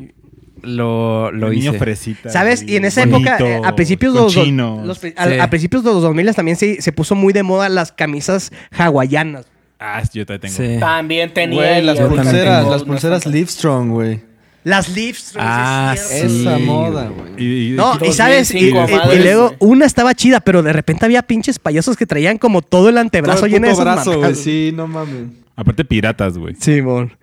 C: lo, lo
B: El niño
C: hice.
B: fresita.
A: ¿Sabes?
B: así,
A: Y en esa época, eh,
B: bonito,
A: a principios de los,
B: con
A: do-
B: chinos.
A: los pri- al-
C: Sí.
A: a, principios de los 2000 también se, se puso muy de moda las camisas hawaianas.
B: Ah, yo todavía tengo.
C: Sí.
D: También tenía.
E: Güey,
D: y
E: las
D: ahorita
C: también
E: pulseras,
D: tengo
E: las
D: unas
E: pulseras
D: cuantas.
E: Livestrong, güey.
A: Las leaves.
C: Ah, Sí,
E: Esa moda,
C: güey.
E: güey.
B: Y, y-
A: No, y
D: Dos
A: sabes,
D: mil
A: y,
D: cinco,
A: y- y
D: madres,
A: luego
D: güey.
A: una estaba chida, pero de repente había pinches payasos que traían como todo el antebrazo
E: Todo el
A: lleno de
E: puto
A: esas
E: brazo, güey.
A: mamadas.
E: Sí, no mames.
B: Aparte piratas, güey.
A: Simón.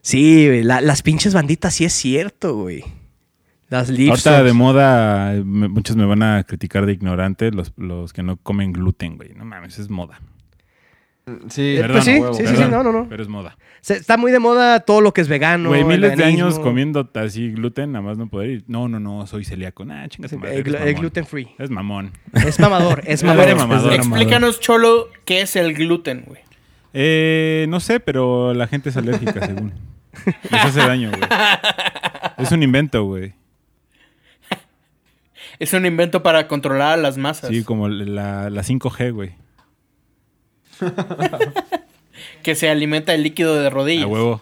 A: Sí, güey, la- las pinches banditas sí es cierto, güey. Las lips.
B: Ahorita de moda, me- muchos me van a criticar de ignorante los, los que no comen gluten, güey. No mames, es moda.
E: Sí,
B: Perdón,
A: Eh, pues sí,
B: huevo,
A: sí, sí,
B: perdón,
A: no, no, no.
B: Pero es moda.
A: Se- está muy de moda todo lo que es vegano.
B: Güey,
A: el
B: miles de
A: veganismo,
B: años comiendo así gluten, nada más no poder ir. No, no, no, soy celíaco. Nah, chingas
A: el,
B: madre. eres
A: glu- el
B: mamón.
A: gluten free.
B: Es mamón.
A: Es mamador, es
B: Eres
A: mamador.
B: mamador.
D: Pues,
B: Amador,
D: Explícanos, Cholo, qué es el gluten, güey.
B: Eh, no sé, pero la gente es alérgica, según. Les hace daño, güey. Es un invento, güey.
D: Es un invento para controlar a las masas.
B: Sí, como la, la 5G, güey.
D: Que se alimenta el líquido de rodillas.
B: A huevo.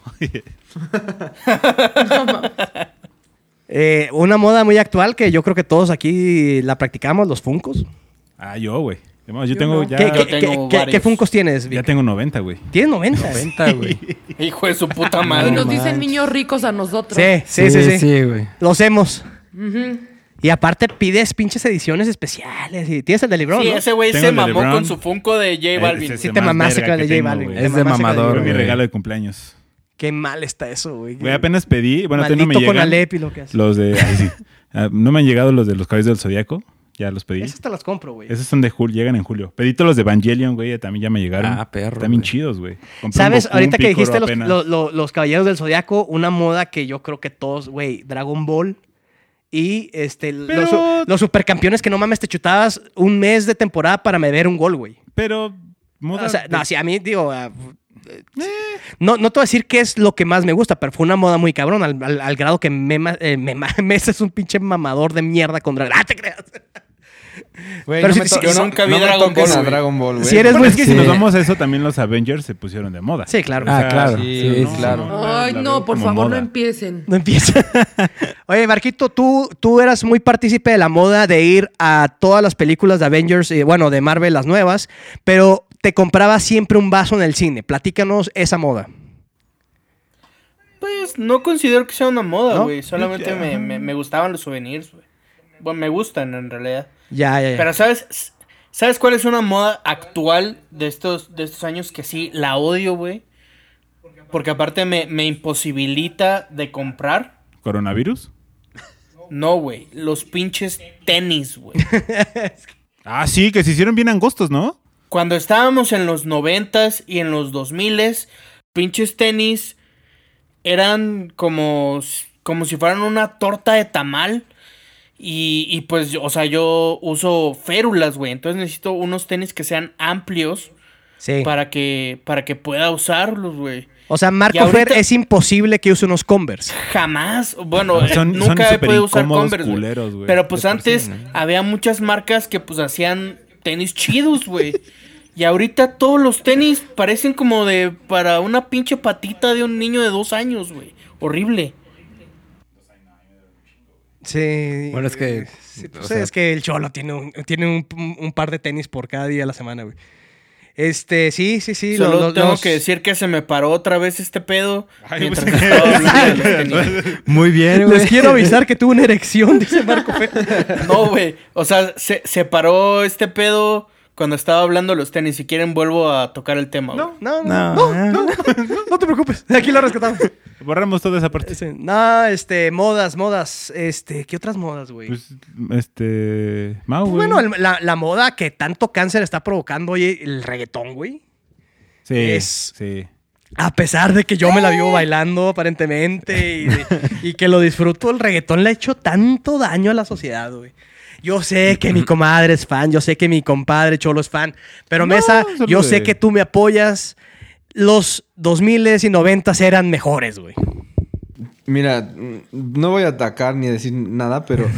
A: Eh, una moda muy actual que yo creo que todos aquí la practicamos, los funcos.
B: ah, yo, güey. Además, Yo tengo ya,
A: ¿Qué, qué,
D: Yo tengo
A: qué- qué-
D: varios.
A: qué funcos tienes,
B: ya
A: Vic?
B: tengo 90, güey.
A: Tienes 90.
C: Venta, güey.
D: Hijo de su puta
F: Y
D: madre.
F: nos
D: güey.
F: dicen niños ricos a nosotros.
A: Sí, sí, sí, sí,
C: Sí, güey.
A: Los hemos. Y aparte pides pinches ediciones especiales. Y tienes el de Lebron,
D: Sí,
A: ¿no?
D: ese güey
B: Tengo
D: se
B: el de
D: mamó
B: LeBron. Eh,
D: con su Funko de J Balvin.
B: Ese es
A: Sí
B: el
A: te
B: más
A: mamaste
B: verga
A: con el de J
B: que tengo,
A: Balvin.
B: güey.
A: Te
C: Es de
A: mamaste con el
C: mamador,
B: Fue
A: Balvin.
B: mi
C: güey.
B: regalo de cumpleaños.
A: Qué mal está eso, güey.
B: Güey, apenas pedí. Bueno, todavía no me
A: Maldito con
B: llegan.
A: Alep y lo que hace.
B: Los de. ay, sí. Ah, no me han llegado los de los caballos del zodiaco. Ya los pedí.
A: Esas te las compro, güey.
B: Esos son de julio, llegan en julio. Pedí todos los de Evangelion, güey, ya también ya me llegaron.
C: Ah, perro,
B: También
C: güey.
B: chidos, güey. Compré
A: ¿Sabes?
B: un Goku,
A: Ahorita
B: un
A: que
B: Piccolo
A: dijiste los,
B: apenas.
A: lo- lo- los Caballeros del Zodiaco, una moda que yo creo que todos, güey, Dragon Ball y este los,
B: Pero-
A: los supercampeones que no mames te chutabas un mes de temporada para me ver un gol, güey.
B: Pero. moda
A: O sea,
B: de- Eh.
A: no, sí, a mí, digo, ah, no, no te voy a decir qué es lo que más me gusta, pero fue una moda muy cabrón, al, al- al grado que me, ma- eh, me, ma- Mesa es un pinche mamador de mierda con Dragon ¡Ah, te creas!
E: Güey,
A: Pero
E: no
A: si-
E: me to-
A: si-
E: no-
D: nunca
E: no
D: vi
E: me
D: Dragon
E: toques
D: Ball,
E: a
D: güey.
E: Dragon Ball, güey.
A: Si eres
B: Bueno,
A: muy...
B: Pues es que si
C: Sí.
B: nos vamos a eso, también los Avengers se pusieron de moda.
A: Sí, claro.
C: Ah, claro.
E: sí,
C: Sí,
E: no,
C: claro.
E: no.
F: Ay,
B: la
F: no,
B: veo
F: por
B: como
F: favor,
B: moda.
F: no empiecen.
A: No empieza. Oye, Marquito, tú, tú eras muy partícipe de la moda de ir a todas las películas de Avengers, y, bueno, de Marvel, las nuevas, pero te comprabas siempre un vaso en el cine. Platícanos esa moda.
D: Pues no considero que sea una moda,
A: ¿No?
D: güey. Solamente me, me- me gustaban los souvenirs, güey. Bueno, me gustan en realidad.
A: Ya, ya, ya.
D: Pero ¿sabes? ¿Sabes cuál es una moda actual de estos, de estos años que sí la odio, güey? Porque aparte me, me imposibilita de comprar.
B: ¿Coronavirus?
D: No, güey. Los pinches tenis, güey.
B: Ah, sí, que se hicieron bien angostos, ¿no?
D: Cuando estábamos en los noventas y en los dos miles, pinches tenis eran como, s- como si fueran una torta de tamal. Y, y pues, yo- o sea, yo uso férulas, güey. Entonces necesito unos tenis que sean amplios
A: sí.
D: para que, para que pueda usarlos, güey.
A: O sea,
D: Y
A: Marco
D: ahorita-
A: Fer es imposible que use unos Converse.
D: Jamás, bueno, eh,
B: Son- son
D: nunca he
B: súper
D: podido usar
B: incómodos,
D: Converse, güey.
B: culeros, güey.
D: Pero pues
B: De por sí,
D: antes había muchas marcas que pues hacían tenis chidos, güey. y ahorita todos los tenis parecen como de para una pinche patita de un niño de dos años, güey. Horrible.
A: Sí.
C: Bueno, es que-
A: Sí, pues,
C: o sea-
A: es que el Cholo tiene, un, tiene un, un par de tenis por cada día de la semana, güey. Este, sí, sí, sí.
D: Solo
A: lo- lo-
D: tengo
A: los-
D: que decir que se me paró otra vez este pedo.
B: Ay,
D: mientras
B: pues,
D: estaba hablando de los tenis.
C: Muy bien, güey.
A: Les quiero avisar que tuve una erección, dice Marco Fer.
D: No, güey. O sea, se, se paró este pedo cuando estaba hablando de los tenis. Si quieren vuelvo a tocar el tema, güey.
A: No, no,
C: No.
A: no, no, no te preocupes. Aquí lo rescatamos.
B: Borramos toda esa parte.
A: Este, no, este, modas, modas. Este, ¿qué otras modas, güey?
B: Pues, este. Mau,
A: Pues
B: güey.
A: bueno, el- la, la moda que tanto cáncer está provocando hoy, el reggaetón, güey.
B: sí,
A: es-
B: sí.
A: A pesar de que yo me la vivo bailando, aparentemente, y, y que lo disfruto, el reggaetón le ha hecho tanto daño a la sociedad, güey. Yo sé que mi comadre es fan, yo sé que mi compadre Cholo es fan, pero
B: No,
A: Mesa,
B: salude.
A: yo sé que tú me apoyas. Los 2000 y 90 eran mejores, güey.
E: Mira, mm, no voy a atacar ni a decir nada, pero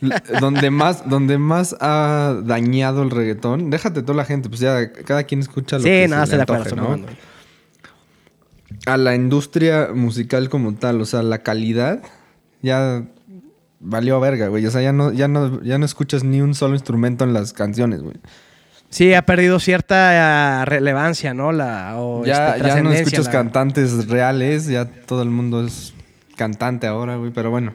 E: l- donde más, donde más ha dañado el reggaetón, déjate toda la gente, pues ya cada quien escucha lo que
A: Sí, nada,
E: se
A: estoy
E: le
A: de acuerdo.
E: antoje,
A: estoy
E: ¿no?
A: muy bueno.
E: A la industria musical como tal, o sea, la calidad ya valió verga, güey. O sea, ya no, ya no, ya no escuchas ni un solo instrumento en las canciones, güey.
A: Sí, ha perdido cierta eh, relevancia, ¿no? La, o, este,
E: Ya, ya no
A: trascendencia,
E: escuchas
A: la-
E: cantantes reales, ya todo el mundo es cantante ahora, güey, pero bueno.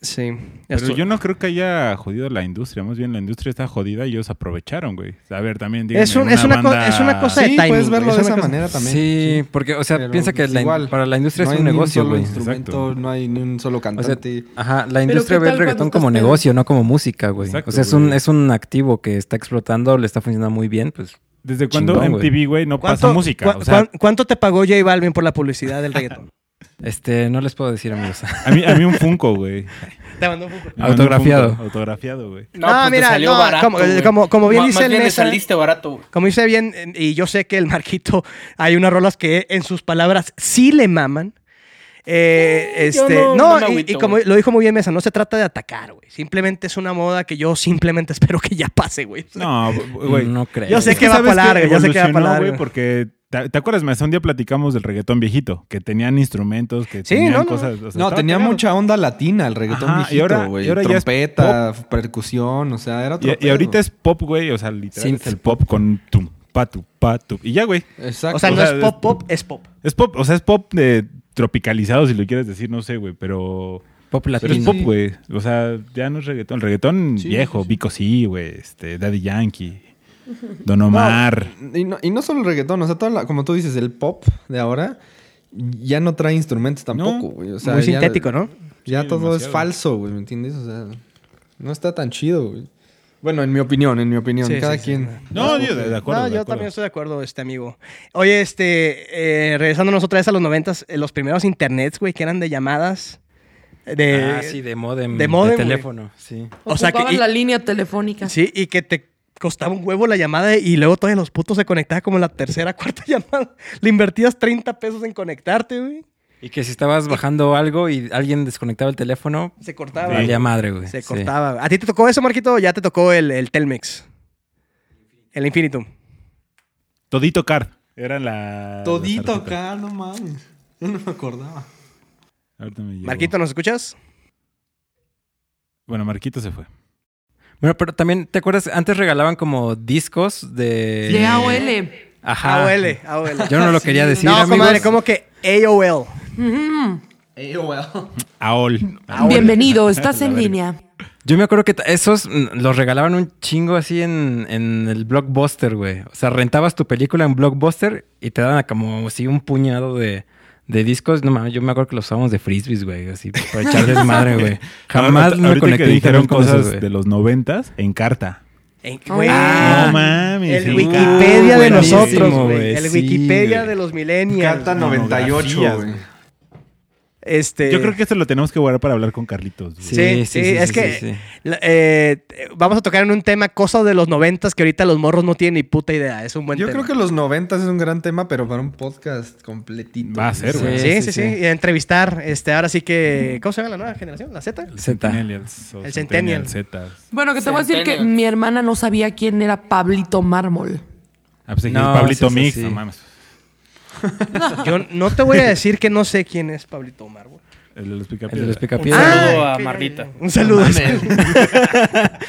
A: Sí.
B: Pero
A: Esto-
B: yo no creo que haya jodido la industria. Más bien, la industria está jodida y ellos aprovecharon, güey. A ver, también díganme,
A: Es un- es una co-
B: banda-
A: es una cosa-
E: Sí,
A: timing,
E: puedes
A: güey.
E: verlo
A: Es una
E: de esa
A: cosa-
E: manera también.
C: Sí, porque, o sea,
E: Pero,
C: piensa que
E: pues,
C: la in-
E: igual,
C: para la industria
E: no
C: es
E: hay
C: un
E: ni
C: negocio,
E: solo
C: güey.
E: instrumento,
B: Exacto.
E: no hay ni un solo
C: O sea,
E: cantante.
C: ajá, la
F: ¿qué
C: industria ve el
F: tal
C: reggaetón
F: cuando
C: como
F: estás pedo?
C: negocio, no como música, güey.
B: Exacto,
C: o sea, es un,
B: güey.
C: es un activo que está explotando, le está funcionando muy bien, pues
B: ¿Desde cuándo
C: Chingón, güey.
B: MTV, güey, no
A: ¿Cuánto,
B: pasa música?
A: cua-
B: O sea,
A: cuán- ¿Cuánto te pagó J Balvin por la publicidad del reggaetón?
C: Este, no les puedo decir, amigos.
B: a mí, a mí un Funko, güey.
A: te mandó un poco.
B: Me mandó un
C: Autografiado.
B: Funko, autografiado, güey.
A: No,
D: pues,
A: mira, no, como-
D: güey.
A: como- como bien
D: Ma-
A: dice
D: más
A: el
D: bien le
A: Nesa-
D: saliste barato, güey.
A: Como dice bien, eh, y yo sé que el Marquito, hay unas rolas que en sus palabras sí le maman. Eh,
D: Eh, yo
A: este,
D: no-
A: no,
D: no me
A: y- y,
D: agüito,
A: como
D: güey.
A: lo dijo muy bien Mesa, no se trata de atacar, güey. Simplemente es una moda que yo simplemente espero que ya pase, güey.
B: No, güey.
C: No creo.
A: Yo sé
B: Es
A: que va
B: ¿sabes
A: pa' largo,
B: qué?
A: yo sé que va pa'
B: Evolucionó,
A: largo.
B: güey, porque ¿te, te acuerdas, más un día platicamos del reggaetón viejito, que tenían instrumentos, que
A: Sí,
B: tenían
A: no, no.
B: cosas. o sea,
E: No,
B: estaba
E: tenía
B: cagado.
E: mucha onda latina el reggaetón
B: Ajá, y ahora-
E: viejito, güey.
B: y ahora ya es
E: Trompeta, percusión, o sea, era otro
B: Y, y
E: pedo.
B: ahorita es pop, güey, o sea, literal
C: Synth.
B: es el pop con tum, pa, tu, pa, tu. Y ya, güey.
E: Exacto.
A: o sea,
B: o
A: no
B: sea,
A: es
B: es-
A: pop, pop, es pop.
B: Es pop, o sea, es pop de tropicalizado, si lo quieres decir, no sé, güey, pero...
C: Pop
B: Pero es
C: latino.
B: pop, güey. O sea, ya no es reggaetón. El reggaetón viejo, Vico sí, güey. Este, Daddy Yankee, Don Omar.
E: Y no, y no solo el reggaetón, o sea, toda la- como tú dices, el pop de ahora ya no trae instrumentos tampoco, güey. O sea,
A: Muy
E: ya-
A: sintético, ¿no?
E: Ya
B: Sí,
E: todo es
B: demasiado.
E: falso, güey, ¿me entiendes? O sea, no está tan chido, güey. Bueno, en mi opinión, en mi opinión.
A: Sí,
E: Cada
A: sí, sí.
E: quien.
B: No, yo de, de acuerdo.
A: no,
B: de
A: yo
B: acuerdo.
A: también estoy de acuerdo, este amigo. Oye, este, eh, regresándonos otra vez a los noventas, eh, los primeros internets, güey, que eran de llamadas. De,
C: ah, sí, de modem.
A: Eh, de
C: De
A: modem, güey.
C: teléfono, sí.
A: O sea que-
F: Ocupaban
A: y-
F: la línea telefónica.
A: Sí, y que te costaba un huevo la llamada y luego todos los putos se conectaban como en la tercera, cuarta llamada. Le invertías 30 pesos en conectarte, güey.
C: Y que si estabas bajando algo y alguien desconectaba el teléfono,
A: Se cortaba.
C: valía madre, güey.
A: Se
C: Sí.
A: cortaba. ¿A ti te tocó eso, Marquito? o Ya te tocó el, el Telmex. El Infinitum.
B: Todito Card. Era la... la tarjeta.
E: acá, no mames. Yo no me acordaba.
B: Ahorita me llevo.
A: Marquito, ¿nos escuchas?
B: Bueno, Marquito se fue.
C: Bueno, pero también, ¿te acuerdas? Antes regalaban como discos de...
F: De AOL.
C: Ajá.
A: AOL, AOL.
C: Ah. Yo no lo quería decir,
A: no,
C: amigos.
A: comadre, como que AOL.
F: Ujú.
B: AOL.
F: Bienvenido, estás
B: La
F: en
B: verga.
F: línea.
C: Yo me acuerdo que t- esos mm, los regalaban un chingo así en, en el Blockbuster, güey. O sea, rentabas tu película en Blockbuster y te daban como así un puñado de, de discos. No mames, yo me acuerdo que los usábamos de frisbees, güey. Así para echarles madre, güey. Jamás
B: Ahorita-
C: me
B: ahorita
C: conecté
B: que dijeron
C: con esos,
B: cosas
C: güey.
B: de los noventas en carta.
A: Eh,
F: Ah.
A: güey.
F: Ah,
B: no mames.
A: El
B: en
A: Wikipedia
B: carta.
A: de
C: Ah, buenísimo,
A: nosotros, güey.
C: güey,
A: El
C: sí,
A: Wikipedia
C: güey.
A: de los millennials.
E: Carta
B: no,
E: 98,
B: grafías,
E: güey.
B: güey.
A: Este,
B: Yo creo que esto lo tenemos que guardar para hablar con Carlitos. güey.
A: Sí, sí, es que
C: sí, sí.
A: la- eh, eh, vamos a tocar en un tema, cosas de los noventas que ahorita los morros no tienen ni puta idea. Es un buen
E: Yo
A: tema.
E: creo que los noventas es un gran tema, pero para un podcast completito.
B: Va a ser,
C: Sí.
B: güey.
A: Sí, sí, sí,
C: sí, sí.
A: Y a entrevistar, este, ahora sí que. ¿Cómo se llama la nueva generación? ¿La Z?
B: El
C: Zeta.
B: Centennials. o
A: El Centennial.
B: Centennial. Zetas.
F: Bueno, que te voy a decir que
D: Centennial.
F: mi hermana no sabía quién era Pablito Mármol.
B: Ah, pues,
C: No,
B: Pablito
C: sí, sí,
B: Mix.
C: sí.
B: No mames.
A: Yo no te voy a decir que no sé quién es Pablito Omar, güey.
B: El de los
C: El de
B: picapiedras.
C: los
D: Un
C: picapiedras.
D: saludo
A: Ah,
D: a
A: que-
D: Marlita.
A: Un saludo.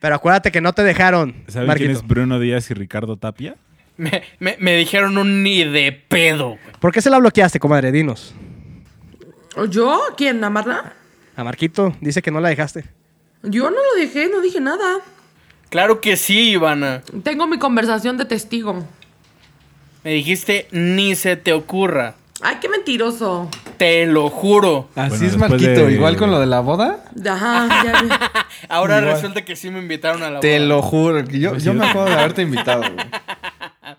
A: Pero acuérdate que no te dejaron.
B: ¿Saben
A: Marquito.
B: quién es Bruno Díaz y Ricardo Tapia?
D: Me, me- me dijeron un ni de pedo, güey.
A: ¿Por qué se la bloqueaste, comadre? Dinos.
F: ¿O ¿Yo? ¿Quién? ¿Amarla?
A: A Marquito dice que no la dejaste.
F: Yo no lo dejé, no dije nada.
D: Claro que sí, Ivana.
F: Tengo mi conversación de testigo.
D: Me dijiste ni se te ocurra.
F: Ay, qué mentiroso.
D: Te lo juro.
E: Así
B: Bueno,
E: es,
B: después
E: Marquito.
B: de-
E: Igual con lo de la boda.
F: Ajá, ya vi.
D: Ahora resulta que sí me invitaron a la
E: Te
D: boda.
E: lo juro. que Yo, yo me acuerdo de haberte invitado, güey.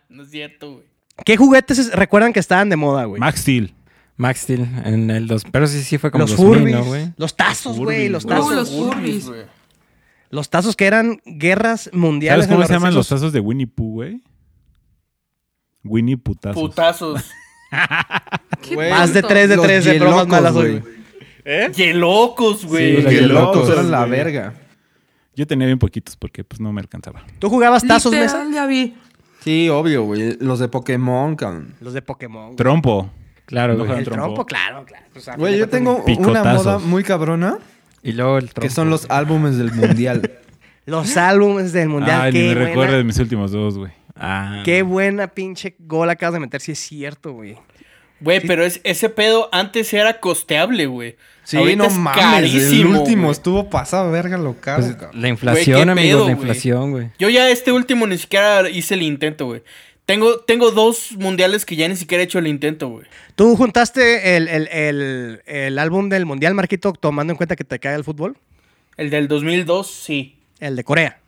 D: No es cierto, güey.
A: ¿Qué juguetes es- recuerdan que estaban de moda, güey?
B: Max Steel.
C: Max Steel en el 2. Pero sí, sí fue como
A: Los
C: 2000,
A: Furbies.
C: ¿no, güey?
A: los tazos, güey. Los
F: Furbies.
A: tazos.
F: Uh, los Furbies.
D: güey.
A: Los tazos que eran guerras mundiales.
B: ¿Sabes cómo
A: en
B: se llaman los
A: recesos.
B: tazos de Winnie Pooh, güey? Winnie Putazos.
D: Putazos.
F: Qué
E: Güey,
A: Más de
F: tonto.
A: tres de
E: Los
A: tres de bromas
E: hielocos,
A: malas, güey.
E: güey. ¿Eh?
D: ¡Qué locos, güey!
B: Sí,
E: Los
B: Los
E: locos
B: hielocos,
E: eran la
B: güey.
E: verga.
B: Yo tenía bien poquitos porque pues no me alcanzaba.
A: ¿Tú jugabas tazos, Mesa?
F: Literal, ya vi.
E: Sí, obvio, güey. Los de Pokémon, cabrón.
A: Los de Pokémon. güey.
B: Trompo.
C: Claro,
B: No
C: güey.
B: juegan
A: El
B: trompo.
A: trompo, claro, claro. O sea,
E: Güey, yo tengo una
B: Picotazos.
E: moda muy cabrona
C: Y luego el
E: que
C: trompo.
E: son los álbumes del mundial.
A: Los álbumes del mundial.
B: Ay, Ah, ni
A: qué,
B: me recuerdo de
A: buena,
B: mis últimos dos, güey.
C: Ah.
A: qué buena pinche gol acabas de meter, si es cierto, güey.
D: Güey, pero es, ese pedo antes era costeable, güey.
E: Sí,
D: Ahorita
E: no
D: es
E: mames.
D: carísimo,
E: el último
D: güey.
E: estuvo pasado verga lo caro,
B: Pues,
E: cabrón.
C: Pues, La inflación,
D: Güey, qué
C: amigos,
D: pedo,
C: la
D: güey.
C: inflación, güey.
D: Yo ya este último ni siquiera hice el intento, güey. Tengo, tengo dos mundiales que ya ni siquiera he hecho el intento, güey.
A: ¿Tú juntaste el, el- el- el álbum del mundial, Marquito, tomando en cuenta que te cae el fútbol?
D: El del 2002, sí.
A: El de Corea.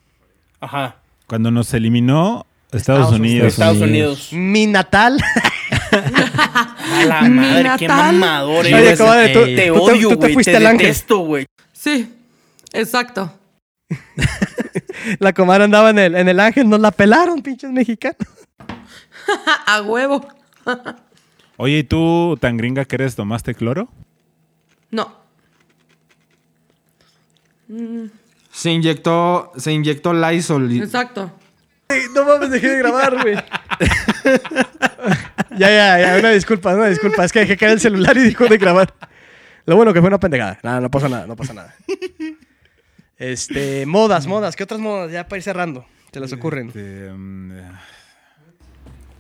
D: Ajá.
B: Cuando nos eliminó Estados,
F: Estados
B: Unidos.
D: Estados Unidos.
A: Mi natal.
D: A la
F: Mi
D: madre, qué
F: natal.
D: mamador
A: Oye,
D: eres.
A: acaba de- tú-
D: Te
A: tú te- tú
D: odio,
A: te
D: güey. Te,
A: fuiste al ángel.
D: detesto, güey.
F: Sí, exacto.
A: La comadre andaba en el, en el ángel, nos la pelaron, pinches mexicanos.
F: A huevo.
B: Oye, ¿y tú, tan gringa que eres, tomaste cloro?
F: No.
E: Se inyectó, se inyectó Lysol. y-
F: Exacto.
A: No mames, dejé de grabar, güey. ya, ya, ya, una disculpa, una disculpa. Es que dejé caer el celular y dejó de grabar. Lo bueno que fue una pendejada. Nada, no pasa nada, no pasa nada. Este, modas, modas. ¿Qué otras modas? Ya para ir cerrando. ¿Te las ocurren?
B: Este, mm, eh,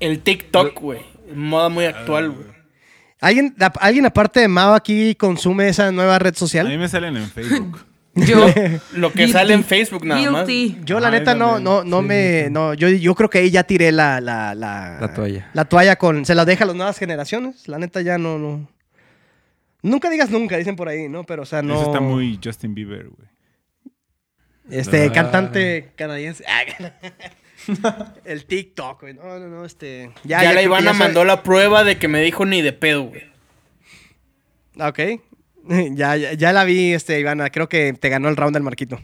D: El TikTok, güey. Moda muy actual, güey.
A: ¿Alguien, a- ¿Alguien aparte de Mao aquí consume esa nueva red
B: a mí
A: social?
B: me salen en Facebook.
F: Yo.
D: Lo que sale en Facebook nada más.
F: Guilty.
A: Yo la
B: Ay,
A: neta no,
B: también.
A: no, no me, no, yo, yo creo que ahí ya tiré la, la, la,
C: La toalla.
A: La toalla con, se la deja a las nuevas generaciones. La neta ya no, no. Nunca digas nunca, dicen por ahí, ¿no? Pero, o sea, no.
B: Eso está muy Justin Bieber, güey.
A: Este,
C: Ah.
A: cantante canadiense. Ah, El TikTok, güey. No, no, no, este.
D: Ya, la
A: creo que
D: Ivana
A: ya
D: mandó
A: sabe-
D: la prueba de que me dijo ni de pedo, güey.
A: Ah, Ok. Ya, ya, ya la vi, este, Ivana. Creo que te ganó el round del Marquito.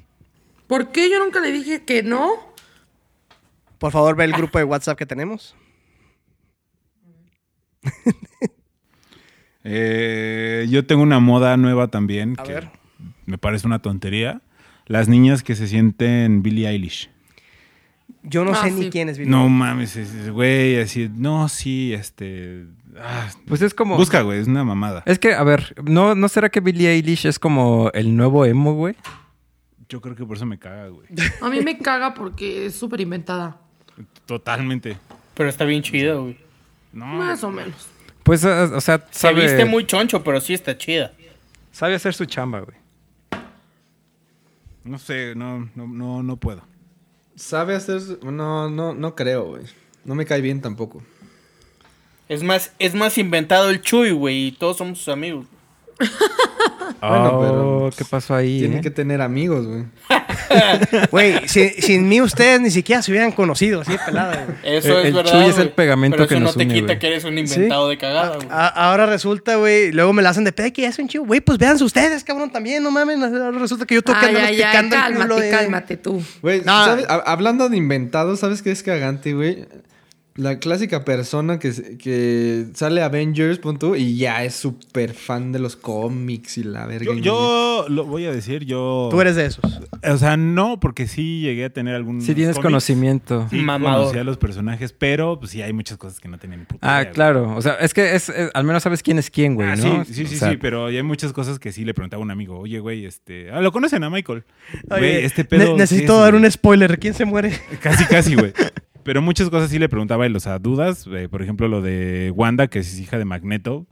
F: ¿Por qué yo nunca le dije que no?
A: Por favor, ve el grupo de WhatsApp que tenemos.
B: Eh, yo tengo una moda nueva también.
A: A
B: que
A: ver.
B: Me parece una tontería. Las niñas que se sienten Billie Eilish.
A: Yo no
F: Ah,
A: sé
F: sí.
A: ni quién es Billie.
B: No mames, es- es- güey, así. No, sí, este. ah,
C: Pues es como.
B: busca, güey, es una mamada.
C: Es que, a ver, ¿no, ¿no será que Billie Eilish es como el nuevo emo, güey?
B: Yo creo que por eso me caga, güey.
F: A mí me caga porque es súper inventada.
B: Totalmente.
D: Pero está bien chida, güey.
B: No.
F: Más o menos.
C: Pues, ah, o sea,
D: Se
C: sabe,
D: viste muy choncho, pero sí está chida.
C: sabe hacer su chamba, güey.
B: No sé, no, no, no, no puedo.
E: ¿Sabe hacer.? su- No, no, no creo, güey. No me cae bien tampoco.
D: Es más, es más inventado el Chuy, güey, y todos somos sus amigos.
E: Bueno, pero-
C: Oh, ¿Qué pasó ahí?
E: Tiene
C: eh?
E: que tener amigos, güey.
A: Güey, si- sin mí ustedes ni siquiera se hubieran conocido, así de pelada, güey.
D: Eso
C: El-
D: es
C: Eh, el
D: verdad.
C: Chuy es el
D: güey.
C: pegamento
D: pero
C: que
D: eso
C: nos
D: no te
C: une,
D: quita
C: güey.
D: que eres un inventado de
B: Ah,
D: cagada, güey.
A: A- ahora resulta, güey, luego me la hacen de pedo que ya es un chivo. Güey, pues véanse ustedes, cabrón, también, no mames. Ahora resulta que yo toqué
F: Ay,
A: andando
F: ay, ay,
A: picando el culo
F: Ah,
A: eh.
F: cálmate,
A: de-
F: cálmate tú.
E: Güey,
A: No.
E: ¿sabes? Ha- hablando de inventados, ¿sabes qué es cagante, güey? La clásica persona que, se- que sale a Avengers, punto, y ya es súper fan de los cómics y la verga.
B: Yo,
E: y-
B: yo lo voy a decir, yo.
A: Tú eres de esos.
B: O sea, no, porque sí llegué a tener algún.
C: Si tienes conocimiento.
B: Sí,
D: Mamador.
B: conocía a los personajes, pero pues, sí hay muchas cosas que no tenían ni puta
C: Ah,
B: idea, güey.
C: claro. O sea, es que es, es- al menos sabes quién es quién, güey,
B: Ah,
C: ¿no?
B: Sí, sí,
C: O
B: sí,
C: sea,
B: sí, pero ya hay muchas cosas que sí le preguntaba a un amigo. Oye, güey, este... Ah, ¿lo conocen a Michael?
A: Oye,
B: Güey, este
A: ne-
B: pedo... ¿qué
A: necesito
B: es,
A: dar
B: güey?
A: un spoiler. ¿Quién se muere?
B: Casi, casi, güey. Pero muchas cosas sí le preguntaba él, o sea, dudas. eh, por ejemplo, lo de Wanda, que es hija de Magneto.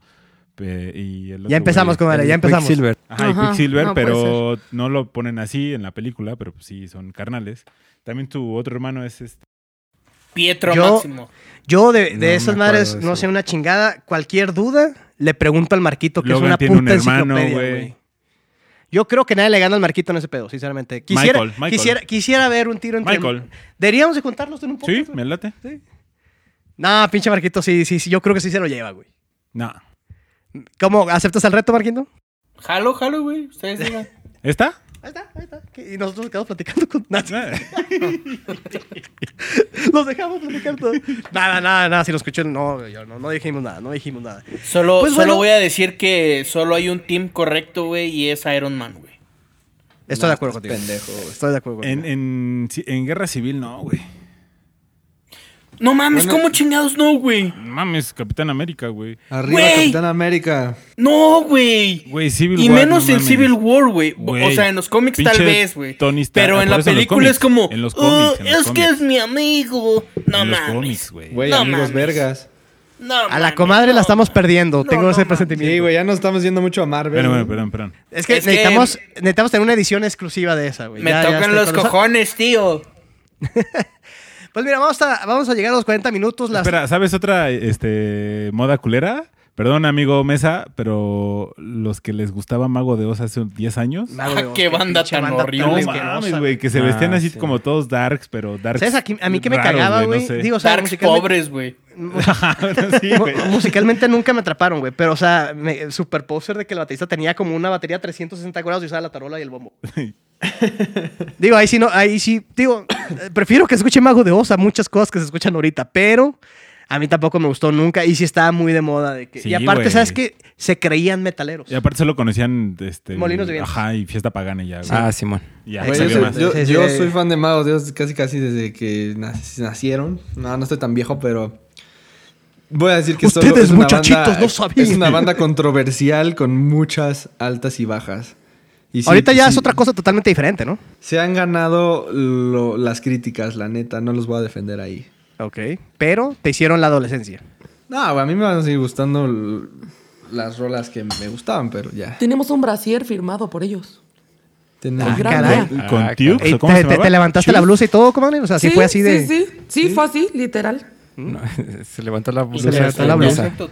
B: eh, y el otro
A: Ya empezamos,
B: güey.
A: comadre,
C: el
A: ya empezamos.
C: Quicksilver.
B: Ajá, y
F: Ajá,
B: Quicksilver,
F: no puede
B: pero no lo ponen así en la película, pero pues, sí, son carnales. También tu otro hermano es este...
D: Pietro
A: Yo-
D: Máximo.
A: Yo de, de
C: No me
A: esas
C: acuerdo
A: madres
C: de
A: no
C: eso.
A: sé una chingada. Cualquier duda, le pregunto al Marquito, que
B: Logan
A: es una
B: tiene
A: puta
B: un hermano,
A: enciclopedia,
B: güey.
A: güey. Yo creo que nadie le gana al Marquito en ese pedo, sinceramente. Quisiera,
B: Michael, Michael.
A: quisiera, quisiera ver un tiro entre...
B: Michael.
A: Deberíamos de juntarnos en un poco.
B: Sí, me late.
A: No, pinche Marquito, sí, sí, sí. Yo creo que sí se lo lleva, güey.
B: No.
A: ¿Cómo? ¿Aceptas el reto, Marquito?
D: Jalo, jalo, güey. Ustedes digan.
B: ¿Esta?
A: Ahí está, ahí está. Que- Y nosotros quedamos platicando con Nats.
B: Eh.
A: Los dejamos platicar todo. Nada, nada, nada. Si lo escuchan, no, yo no, no dijimos nada, no dijimos nada.
D: Solo,
A: Pues
D: solo
A: bueno.
D: voy a decir que solo hay un team correcto, güey, y es Iron Man, güey.
A: Estoy de acuerdo
E: estás
A: contigo.
E: pendejo, güey.
A: Estoy de acuerdo contigo.
B: En, en, sí, en Guerra Civil, no, güey.
D: No mames, ¿cómo chingados no, güey?
B: Mames, Capitán América, güey.
E: Arriba,
D: Güey.
E: Capitán América.
D: No, güey.
B: Güey, Civil
D: Y
B: War,
D: menos
B: no
D: en
B: mames.
D: Civil War, güey. O
B: Güey,
D: sea, en los cómics tal
B: pinche
D: vez, güey.
B: Tony Stark,
D: Pero en
B: por
D: la
B: eso en los
D: película es
B: cómics,
D: como.
B: en los
D: "Oh,
B: cómics, en los
D: es que
B: cómics".
D: es mi amigo. No
B: en los
D: mames.
B: cómics, güey.
E: Güey,
D: No
E: amigos
D: mames.
E: vergas.
D: No
A: A
D: mames,
A: la comadre
D: no
A: la estamos
D: mames.
A: perdiendo.
D: No,
A: Tengo
D: no
A: ese
D: mames.
A: presentimiento.
E: Sí, güey, ya nos estamos yendo mucho a Marvel.
B: Bueno, bueno,
E: güey.
B: perdón, perdón.
A: Es que
D: Es que-
A: necesitamos, necesitamos tener una edición exclusiva de esa, güey.
D: Me
A: Ya- ya
D: tocan
A: estoy
D: los
A: con esa.
D: cojones, tío.
A: Pues mira, vamos a, vamos a llegar a los 40 minutos. Las...
B: Espera, ¿sabes otra este, moda culera? Perdón, amigo Mesa, pero los que les gustaba Mago de Oz hace 10 años.
A: Mago de Oz,
D: Qué banda
A: Ah, pinche
D: tan horrible,
B: No
D: asquerosa,
B: mames,
A: asquerosa,
B: güey, que se
C: Ah,
B: vestían así
C: sí.
B: como todos darks, pero darks.
A: ¿Sabes? Aquí- a mí que me
B: raros,
A: cagaba,
B: no
A: güey.
B: sé.
A: Digo, o sea,
D: Darks
A: musicalmente,
D: pobres, güey.
B: sí, güey.
A: mu- musicalmente nunca me atraparon, güey. Pero, o sea, me, super poster de que el baterista tenía como una batería 360 grados y usaba la tarola y el bombo. digo, ahí sí, no, ahí sí. Digo, eh, prefiero que escuche Mago de Oz a muchas cosas que se escuchan ahorita, pero a mí tampoco me gustó nunca y sí estaba muy de moda. De que,
B: Sí,
A: y aparte,
B: güey.
A: ¿sabes qué? Se creían metaleros.
B: Y aparte solo conocían este
A: Molinos de viento.
B: Ajá, y fiesta pagana y ya, güey.
C: Ah, Simón.
B: ya,
E: Güey,
A: Exacto.
E: yo
B: sabía
E: soy,
B: más.
E: yo-
A: Sí, sí,
E: yo
A: sí.
E: soy fan de Mago Dios casi casi desde que nac- nacieron. No, no estoy tan viejo, pero voy a decir que solo
A: Ustedes,
E: es una
A: muchachitos,
E: banda,
A: no sabían.
E: Es una banda controversial con muchas altas y bajas. Y sí,
A: Ahorita ya
E: sí,
A: es otra cosa totalmente diferente, ¿no?
E: Se han ganado lo- las críticas, la neta. No los voy a defender ahí.
A: Ok. Pero te hicieron la adolescencia.
E: No, güey, a mí me van a seguir gustando l- las rolas que me gustaban, pero ya.
F: Tenemos un brasier firmado por ellos.
E: Tenemos-
F: Ah,
E: Con-
A: caray.
E: con-
B: ¿Con
C: Ah,
B: Tux?
A: Ey,
B: ¿O ¿Cómo
A: te,
B: se
A: te-
B: llamaba?
A: te levantaste la
B: Tux.
A: blusa y todo, comadre? O sea, sí, fue así de.
F: Sí, sí, sí, fue así, literal.
C: No, se levantó la blusa.
A: Se levantó la
C: Eh,
A: blusa.
C: Mesa.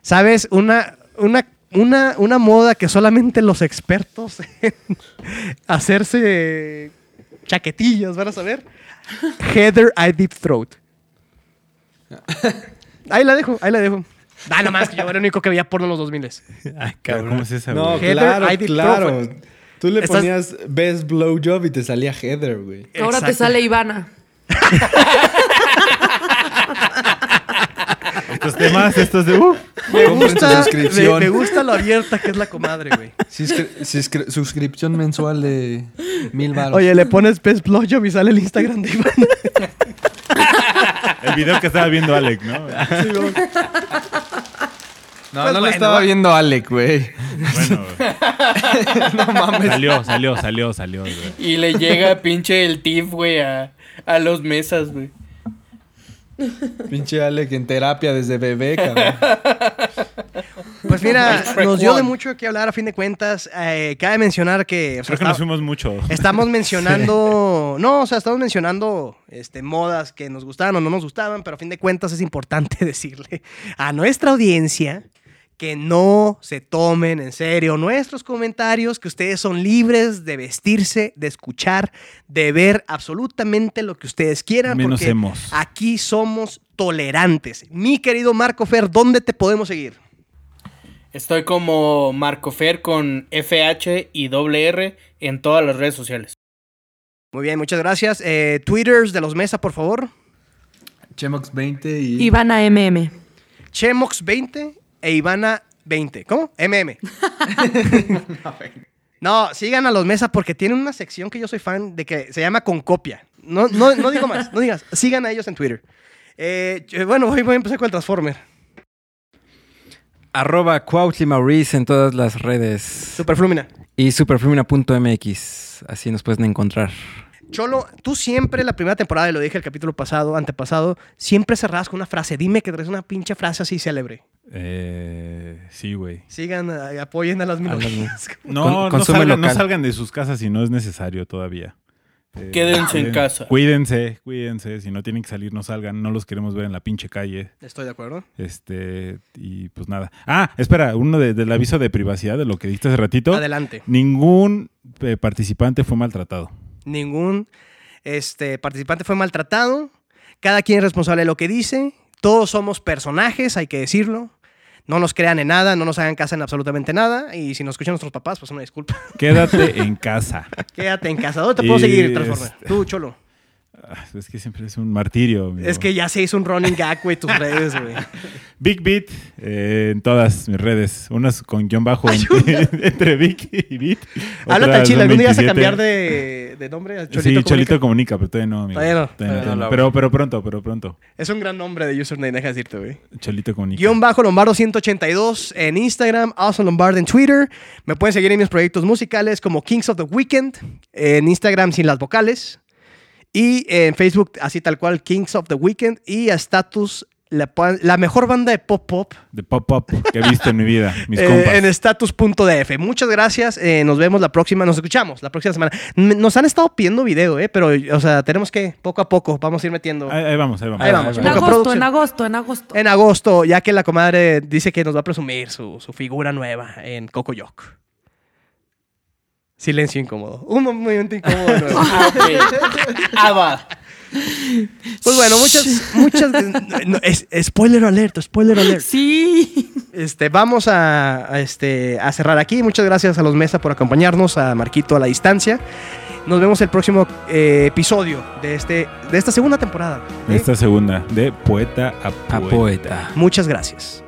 A: ¿Sabes? Una, una, una, una moda que solamente los expertos en hacerse chaquetillas van a saber. Heather I Deep Throat. Ahí la dejo, ahí la dejo. Ah, nomás que yo era el único que veía porno en los 2000
C: Ay,
B: Pero,
C: cabrón.
B: ¿Cómo es esa,
E: No,
B: güey?
A: Heather,
E: claro,
A: I did
E: claro. Tú le
A: Estás-
E: ponías Best Blowjob y te salía Heather, güey.
F: Ahora te
A: Exacto.
F: sale Ivana.
B: Estos temas, estos de... Uh,
A: Me
E: Compren su
A: gusta, me,
E: suscripción.
A: me gusta lo abierta que es la comadre, güey.
E: Suscri- suscri- suscripción mensual de mil baros.
A: Oye, le pones pez blowjob y sale el Instagram de Iván.
B: el video que estaba viendo Alec, ¿no?
E: no,
A: pues
E: no
A: bueno,
E: lo estaba
A: va.
E: viendo Alec, güey.
B: Bueno, salió, salió, salió, salió, güey.
D: Y le llega pinche el TIF, güey, a, a los mesas, güey.
E: Pinche Alec en terapia desde bebé, cabrón.
A: Pues mira,
D: Shrek
A: nos dio de
D: One.
A: mucho que hablar a fin de cuentas. Eh, cabe mencionar que. o sea,
B: Creo que nos
A: está-
B: fuimos mucho.
A: Estamos mencionando, no, o sea, estamos mencionando este, modas que nos gustaban o no nos gustaban, pero a fin de cuentas es importante decirle a nuestra audiencia que no se tomen en serio nuestros comentarios, que ustedes son libres de vestirse, de escuchar, de ver absolutamente lo que ustedes quieran.
B: Menos
A: porque
B: hemos.
A: Aquí somos tolerantes. Mi querido Marco Fer, ¿dónde te podemos seguir?
D: Estoy como Marco Fer con FH y doble R en todas las redes sociales.
A: Muy bien, muchas gracias. Eh, Twitters de los Mesa, por favor.
E: Chemox 20 y...
F: Ivana MM.
A: Chemox20 e Ivana20. ¿Cómo? MM. no, sigan a los mesas porque tienen una sección que yo soy fan de que se llama Con Copia. No, no, no digo más, no digas. Sigan a ellos en Twitter. Eh, yo- bueno, hoy voy a empezar con el Transformer.
C: Arroba Cuautli Maurice en todas las redes.
A: Superflumina.
C: Y superflumina.mx. Así nos pueden encontrar.
A: Cholo, tú siempre, la primera temporada, y lo dije el capítulo pasado, antepasado, siempre cerrabas con una frase. Dime que traes una pinche frase así célebre.
B: Eh, sí, güey.
A: Sigan, eh, apoyen a las minorías.
B: No,
C: Con-
B: no,
C: consume
B: salgan, no
C: local.
B: salgan de sus casas si no es necesario todavía. Eh,
D: Quédense en
B: cuiden-
D: casa.
B: Cuídense, cuídense. Si no tienen que salir, no salgan. No los queremos ver en la pinche calle.
A: Estoy de acuerdo.
B: Este, y pues nada. Ah, espera, uno de- del aviso de privacidad de lo que diste hace ratito.
A: Adelante.
B: Ningún eh, participante fue maltratado.
A: ningún este, participante fue maltratado. Cada quien es responsable de lo que dice. Todos somos personajes, hay que decirlo. No nos crean en nada, no nos hagan caso en absolutamente nada. Y si nos escuchan nuestros papás, pues una disculpa.
B: Quédate en casa.
A: Quédate en casa. ¿Dónde te puedo
B: Y
A: seguir, Transformer?
B: este-
A: Tú, Cholo.
B: Ah, Es que siempre es un martirio. amigo.
A: Es que ya se hizo un running gag, güey, tus redes, güey.
B: Big Beat eh, en todas mis redes. Unas con guión bajo en- entre Big y Beat.
A: Habla
B: Otras
A: tan chile,
B: son
A: algún día vas a
B: 27.
A: cambiar de, de nombre a Cholito.
B: sí,
A: Comunica?
B: Cholito comunica, pero todavía no, amigo.
A: Todavía no,
C: todavía no.
B: Pero, pero pronto, pero pronto.
A: Es un gran nombre de username, deja decirte, güey.
B: Cholito comunica.
A: Guión bajo Lombardo 182 en Instagram, Awesome Lombardo en Twitter. Me pueden seguir en mis proyectos musicales como Kings of the Weekend, en Instagram sin las vocales. Y en Facebook, así tal cual, Kings of the Weekend y a Status la, pa- la mejor banda de pop pop
B: De pop-up que he visto en mi vida, mis
A: eh,
B: compas.
A: en status.df. Muchas gracias. eh, nos vemos la próxima. Nos escuchamos la próxima semana. N- Nos han estado pidiendo video, eh, pero, o sea, tenemos que poco a poco. Vamos a ir metiendo.
B: Ahí, ahí vamos, ahí vamos.
A: Ahí vamos.
F: En
A: Poca
F: agosto,
A: producción. Eh.
F: en agosto, en agosto.
A: En agosto, ya que la comadre dice que nos va a presumir su, su figura nueva en Cocoyoc. Silencio incómodo. Un momento incómodo. nuevo.
D: Ah, ok. Ah, va.
A: Pues bueno, muchas, muchas. no, es- spoiler alert, spoiler alert.
F: Sí.
A: Este, vamos a, a, este, a cerrar aquí. Muchas gracias a los Mesa por acompañarnos, a Marquito a la distancia. Nos vemos el próximo eh, episodio de, este, de esta segunda temporada. ¿eh?
B: Esta segunda, de poeta a
C: A
B: poeta.
C: poeta.
A: Muchas gracias.